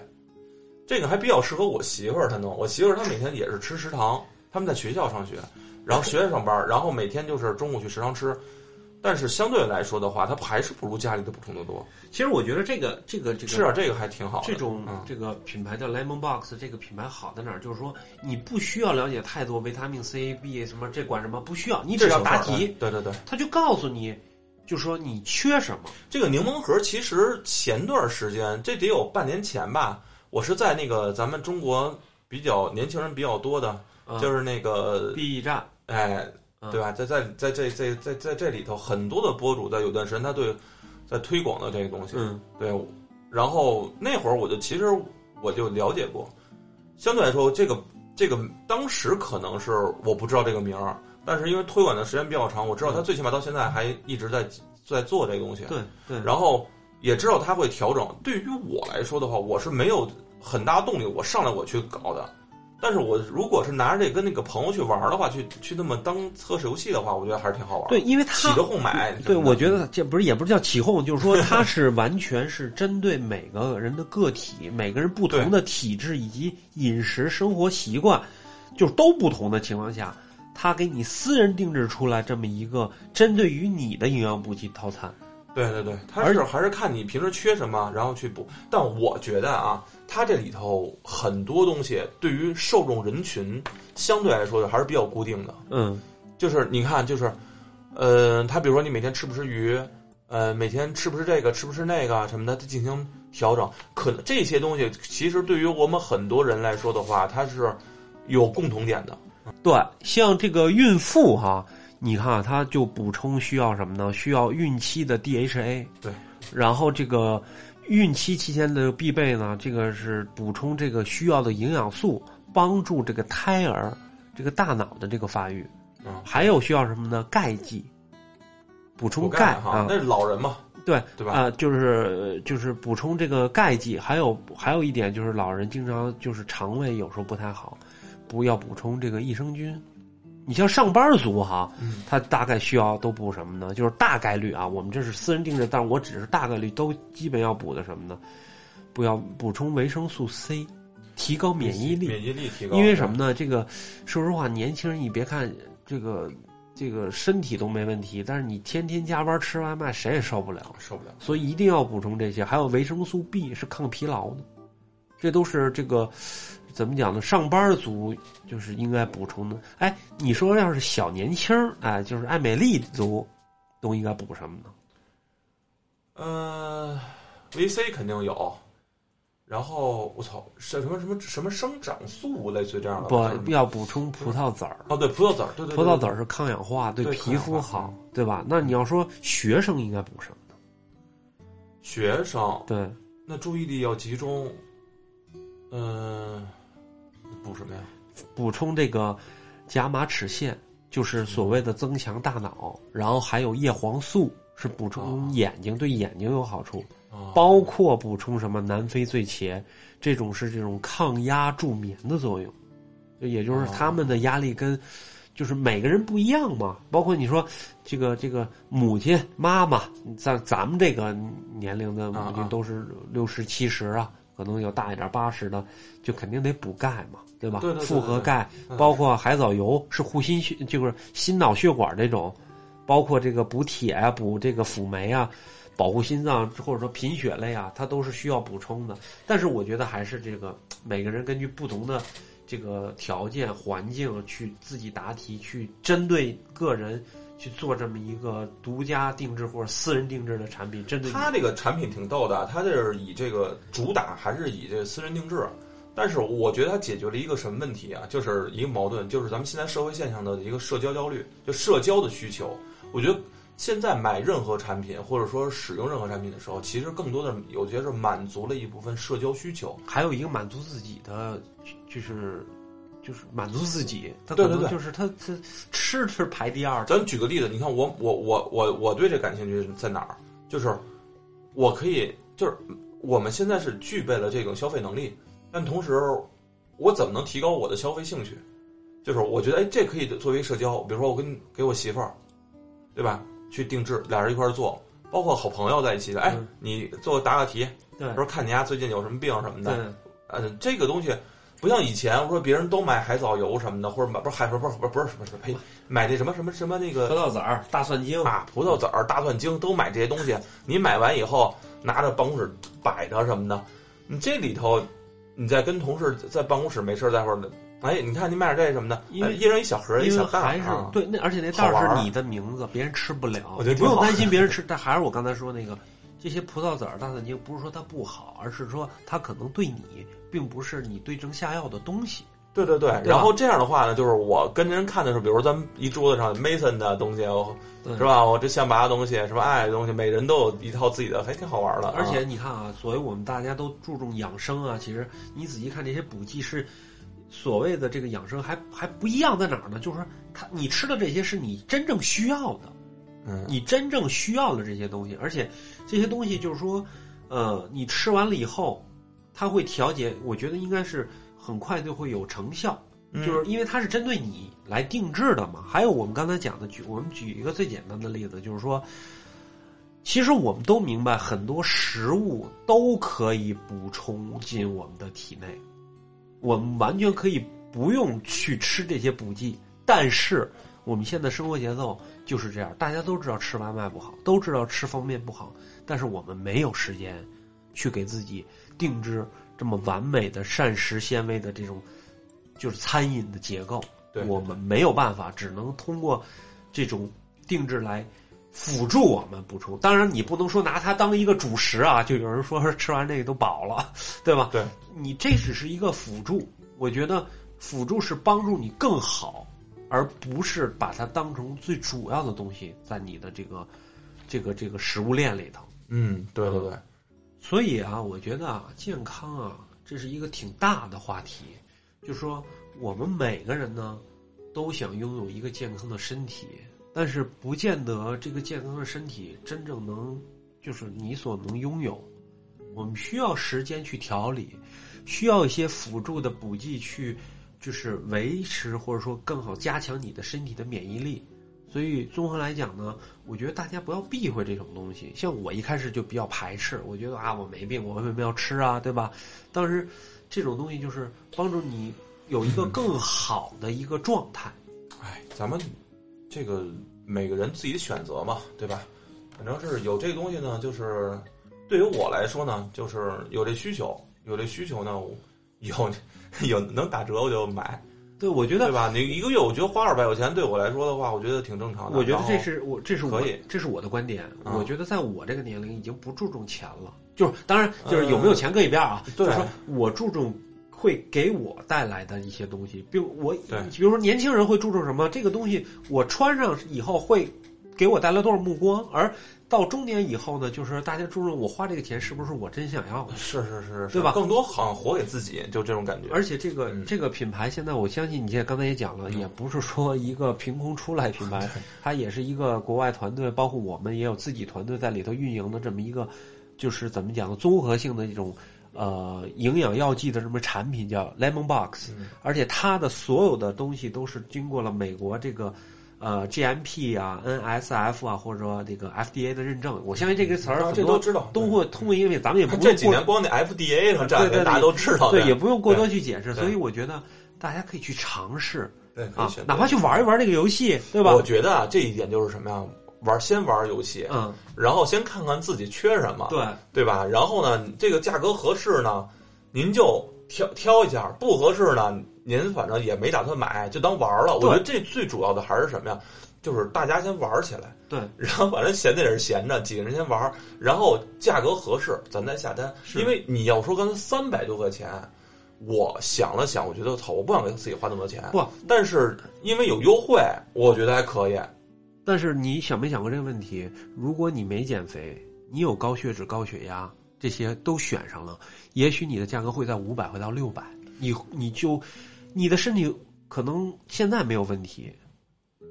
B: 这个还比较适合我媳妇儿她弄，我媳妇儿她每天也是吃食堂，他们在学校上学，然后学校上班，然后每天就是中午去食堂吃。但是相对来说的话，它还是不如家里的补充的多。
A: 其实我觉得这个这个这个
B: 吃点这个还挺好的。
A: 这种
B: 嗯
A: 这个品牌叫 Lemon Box，这个品牌好在哪儿？就是说你不需要了解太多维他命 C、B 什么这管什么，不需要，你只要答
B: 这是
A: 题，
B: 事儿对对对，
A: 他就告诉你，就说你缺什么。
B: 这个柠檬盒其实前段时间，这得有半年前吧，我是在那个咱们中国比较年轻人比较多的，
A: 啊
B: 就是那个
A: B 站，
B: 哎，
A: 嗯
B: 对吧？在在在这在在在这里头，很多的博主在有段时间他对在推广的这个东西，
A: 嗯，
B: 对，然后那会儿我就其实我就了解过，相对来说，这个这个当时可能是我不知道这个名儿，但是因为推广的时间比较长，我知道他最起码到现在还一直在在做这个东西，
A: 嗯对对，
B: 然后也知道他会调整。对于我来说的话，我是没有很大动力，我上来我去搞的。但是我如果是拿着这跟那个朋友去玩儿的话，去去那么当测试游戏的话，我觉得还是挺好玩儿的。
A: 对，因为
B: 起
A: 他
B: 个哄买，
A: 对，我
B: 得
A: 觉得这不是也不是叫起哄，就是说它是完全是针对每个人的个体，每个人不同的体质以及饮食生活习惯，就是都不同的情况下，它给你私人定制出来这么一个针对于你的营养补给套餐。
B: 对对对，他
A: 而
B: 是还是看你平时缺什么，然后去补。但我觉得啊，他这里头很多东西对于受众人群相对来说还是比较固定的。
A: 嗯，
B: 就是你看，就是，呃，他比如说你每天吃不吃鱼，呃，每天吃不吃这个，吃不吃那个什么的，它进行调整。可能这些东西其实对于我们很多人来说的话，它是有共同点的。
A: 对，像这个孕妇哈，你看啊她就补充需要什么呢？需要孕期的 DHA，
B: 对，
A: 然后这个孕期期间的必备呢，这个是补充这个需要的营养素，帮助这个胎儿这个大脑的这个发育。
B: 嗯
A: 还有需要什么呢？钙剂，补充
B: 补
A: 钙
B: 哈
A: 啊，，
B: 那是老人嘛，
A: 对
B: 对吧？
A: 啊、就是就是补充这个钙剂，还有还有一点就是老人经常就是肠胃有时候不太好，不要补充这个益生菌。你像上班族哈，
B: 嗯
A: 他大概需要都补什么呢？就是大概率啊，我们这是私人定制，但是我只是大概率都基本要补的什么呢？不要补充维生素 C，提高免疫力。
B: 免疫力提高，
A: 因为什么呢？这个说实话，年轻人你别看这个这个身体都没问题，但是你天天加班吃外卖，谁也受不了。
B: 受不了？
A: 所以一定要补充这些。还有维生素 B 是抗疲劳的，这都是这个怎么讲呢？上班族就是应该补充的。哎，你说要是小年轻儿，哎，就是爱美丽族，都应该补什么呢？
B: 呃，VC 肯定有，然后我操，什么什么什么生长素，类似于这样的吧，
A: 不，要补充葡萄籽儿。
B: 哦，对，葡萄籽儿，嗯对对，对
A: 葡萄籽儿是抗氧化，对
B: 对
A: 皮
B: 抗
A: 肤
B: 氧化
A: 好，对吧？那你要说学生应该补什么呢？
B: 学生
A: 对，
B: 那注意力要集中，嗯、补什么呀？
A: 补充这个伽马齿苋，就是所谓的增强大脑，然后还有叶黄素是补
B: 哦
A: 充眼睛，对眼睛有好处，
B: 啊，
A: 包括补充什么南非醉茄，这种是这种抗压助眠的作用，就也就是
B: 哦
A: 他们的压力跟。就是每个人不一样嘛，包括你说这个这个母亲妈妈，咱咱们这个年龄的母
B: 啊啊
A: 亲都是六十七十啊，可能有大一点八十的，就肯定得补钙嘛，对吧？
B: 对对对
A: 复合
B: 对对
A: 钙，
B: 嗯
A: 包括海藻油是护心血，就是心脑血管这种，包括这个补铁啊、补这个辅酶啊、保护心脏或者说贫血类啊，它都是需要补充的。但是我觉得还是这个每个人根据不同的这个条件环境去自己答题，去针对个人去做这么一个独家定制或者私人定制的产品，针对你
B: 它这个产品挺逗的，它这是以这个主打还是以这个私人定制，但是我觉得它解决了一个什么问题啊？就是一个矛盾，就是咱们现在社会现象的一个社交焦虑，就社交的需求。我觉得现在买任何产品或者说使用任何产品的时候，其实更多的有些是满足了一部分社交需求。
A: 还有一个满足自己的，就是就是满足自己，他
B: 对
A: 可
B: 对
A: 能
B: 对
A: 就是他他吃吃排第二，
B: 咱举个例子，你看我我我我我对这感兴趣在哪儿？就是我可以，就是我们现在是具备了这种消费能力，但同时我怎么能提高我的消费兴趣？就是我觉得哎，这可以作为社交，比如说我跟给我媳妇儿，对吧？去定制，俩人一块儿做，包括好朋友在一起的，哎
A: 嗯，
B: 你做答个题，
A: 对
B: 说看你家最近有什么病什么的，
A: 对
B: 嗯，这个东西不像以前，我说别人都买海藻油什么的，或者买不是海不是不是不是不是不是呸，买那什么什么什么那
A: 葡
B: 个
A: 萄籽儿、大蒜精，
B: <laughs> 啊葡萄籽儿、大蒜精都买这些东西，你买完以后拿着办公室摆着什么的，你这里头你再跟同事在办公室没事儿在会儿，哎，你看你买点这什么的，
A: 因为
B: 哎一人一小盒儿一
A: 因为
B: 小袋儿
A: 还是
B: 啊，
A: 对那，而且那袋
B: 好玩
A: 儿
B: 儿
A: 是你的名字，别人吃不了，
B: 我觉得
A: 不用
B: 挺好
A: 担心别人吃。但还是我刚才说那个，这些葡萄籽儿、大蒜精不是说它不好，而是说它可能对你并不是你对症下药的东西。
B: 对对对，
A: 对吧
B: 然后这样的话呢，就是我跟人看的时候，比如说咱们一桌子上 Mason 的东西，我
A: 对
B: 是吧？我这象拔的东西，什么爱的东西，每人都有一套自己的，还挺好玩的啊。
A: 而且你看啊，所以我们大家都注重养生啊，其实你仔细看这些补剂是所谓的这个养生还还不一样在哪儿呢？就是说它你吃的这些是你真正需要的，
B: 嗯，
A: 你真正需要的这些东西，而且这些东西就是说，呃，你吃完了以后，它会调节，我觉得应该是很快就会有成效。
B: 嗯
A: 就是因为它是针对你来定制的嘛。还有我们刚才讲的，举我们举一个最简单的例子，就是说，其实我们都明白，很多食物都可以补充进我们的体内，我们完全可以不用去吃这些补剂。但是我们现在生活节奏就是这样，大家都知道吃外卖不好，都知道吃方便不好，但是我们没有时间去给自己定制这么完美的膳食纤维的这种就是餐饮的结构，
B: 对
A: 我们没有办法，只能通过这种定制来辅助我们补充。当然，你不能说拿它当一个主食啊，就有人说是吃完这个都饱了，对吧？
B: 对，
A: 你这只是一个辅助，我觉得辅助是帮助你更好，而不是把它当成最主要的东西在你的这个这个这个食物链里头。
B: 嗯，对对对，
A: 所以啊，我觉得啊，健康啊，这是一个挺大的话题。就说我们每个人呢，都想拥有一个健康的身体，但是不见得这个健康的身体真正能，就是你所能拥有。我们需要时间去调理，需要一些辅助的补剂去，就是维持或者说更好加强你的身体的免疫力。所以综合来讲呢，我觉得大家不要避讳这种东西。像我一开始就比较排斥，我觉得啊，我没病，我为什么要吃啊，对吧？但是这种东西就是帮助你有一个更好的一个状态。
B: 哎，咱们这个每个人自己的选择嘛，对吧？反正是有这个东西呢，就是对于我来说呢，就是有这需求，有这需求呢，我有 <laughs> 有能打折我就买，
A: 对，我觉
B: 对
A: 得，
B: 吧？你一个月我觉得花二百块钱对我来说的话，我觉得挺正常的。
A: 我觉得
B: 然后
A: 这是我这是我
B: 可以
A: 这是我的观点。
B: 嗯
A: 我觉得在我这个年龄已经不注重钱了，就是当然就是有没有钱搁一边啊，
B: 嗯对
A: 就是说我注重。会给我带来的一些东西，比如我，
B: 对
A: 比如说年轻人会注重什么？这个东西我穿上以后会给我带来多少目光？而到中年以后呢，就是大家注重我花这个钱是不是我真想要的？
B: 是是是，是
A: 对吧
B: 更多好像活给自己，就这种感觉。
A: 而且这个、
B: 嗯
A: 这个品牌现在，我相信你现在刚才也讲了，也不是说一个凭空出来品牌， <laughs> 它也是一个国外团队，包括我们也有自己团队在里头运营的这么一个，就是怎么讲，综合性的一种呃营养药剂的这么产品叫 Lemon Box，、
B: 嗯
A: 而且它的所有的东西都是经过了美国这个。呃，GMP 啊，NSF 啊，或者说这个 FDA 的认证，我相信这个词儿
B: 啊
A: 很
B: 这
A: 多
B: 都知道
A: 都
B: 对
A: 会通过，因为咱们也不
B: 这
A: 用
B: 几
A: 过
B: 年光那 FDA 上站
A: 对
B: 的，
A: 对
B: 大家都知道
A: 对，
B: 的
A: 也不用过多去解释。
B: 哦对
A: 所以我觉得大家可以去尝试
B: 对，可以
A: 啊
B: 选，择
A: 哪怕去玩一玩这个游戏，对吧
B: 我？觉得啊，这一点就是什么呀？玩先玩游戏，
A: 嗯，
B: 然后先看看自己缺什么，
A: 对，
B: 对吧？然后呢，这个价格合适呢，您就挑挑一下；不合适呢，您反正也没打算买，就当玩了。我
A: 对
B: 觉得这最主要的还是什么呀？就是大家先玩起来， <laughs>
A: 对，
B: 然后反正闲着也是闲着，几个人先玩，然后价格合适，咱再下单。
A: 是
B: 因为你要说刚才三百多块钱，我想了想，我觉得操，我不想给自己花那么多钱。
A: 不，
B: 但是因为有优惠，我觉得还可以。
A: 但是你想没想过这个问题？如果你没减肥，你有高血脂、高血压这些都选上了，也许你的价格会在五百会到六百，你你就你的身体可能现在没有问题。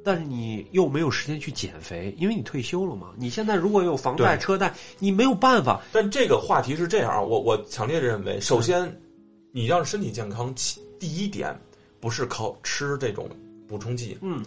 A: 但是你又没有时间去减肥，因为你退休了嘛。你现在如果有房贷、
B: 对
A: 车贷，你没有办法。
B: 但这个话题是这样啊，我我强烈认为，
A: 嗯
B: 首先，你让身体健康，其第一点不是靠吃这种补充剂，
A: 嗯，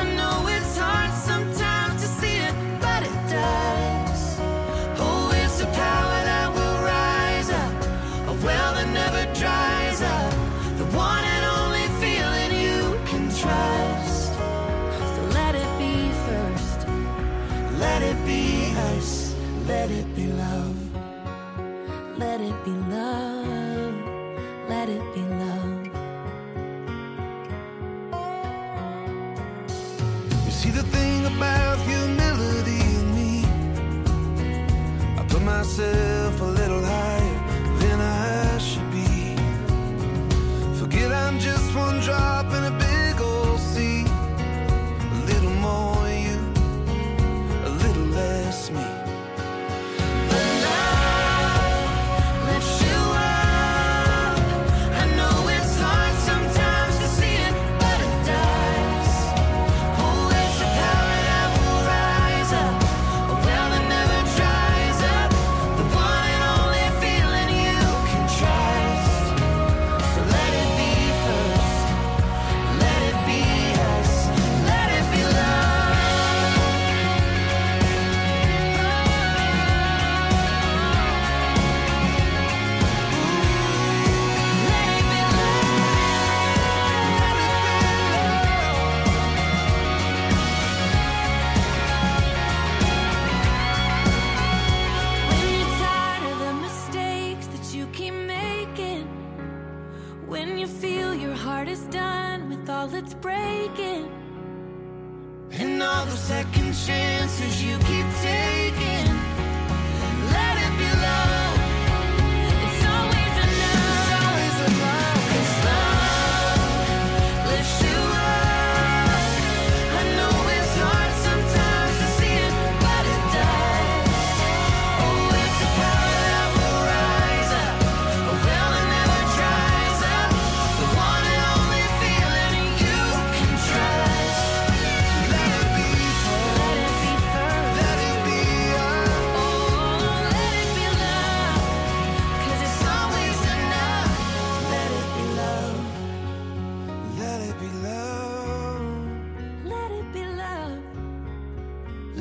C: I know it's hard sometimes to see it, but it does. Oh, it's a power that will rise up, a well that never dries up. The one and only feeling you can trust. So let it be first. Let it be us. Let it be love. Let it be love. Let it be love.
D: You see the thing about humility in me. I put myself a little higher than I should be. Forget I'm just one drop in a big old sea. A little more you, a little less me.
C: But love lifts you up. I know it's hard sometimes to see it, but it does. Oh, it's a power that will rise up, a well that never dries up. The one and only feeling you can trust. So let it be first. Let it be us. Let it be love. Let it be love. Let it be love. When you're tired of the mistakes that you keep making, when you feel your heart is done with all it's breaking, and all the second chances you keep taking, let it be love. It's always enough. always enough. 'Cause love lifts you up. I know it's hard sometimes to see it, but it does. Oh, it's a power that will rise up, a will that never dries up. The one and only feeling you can trust. Let it be first. Let it be first. Let it be us. Oh, let it be love. 'Cause it's always enough. Let it be love.
D: Let it be love.
C: Let it be love.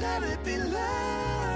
D: Let it be love.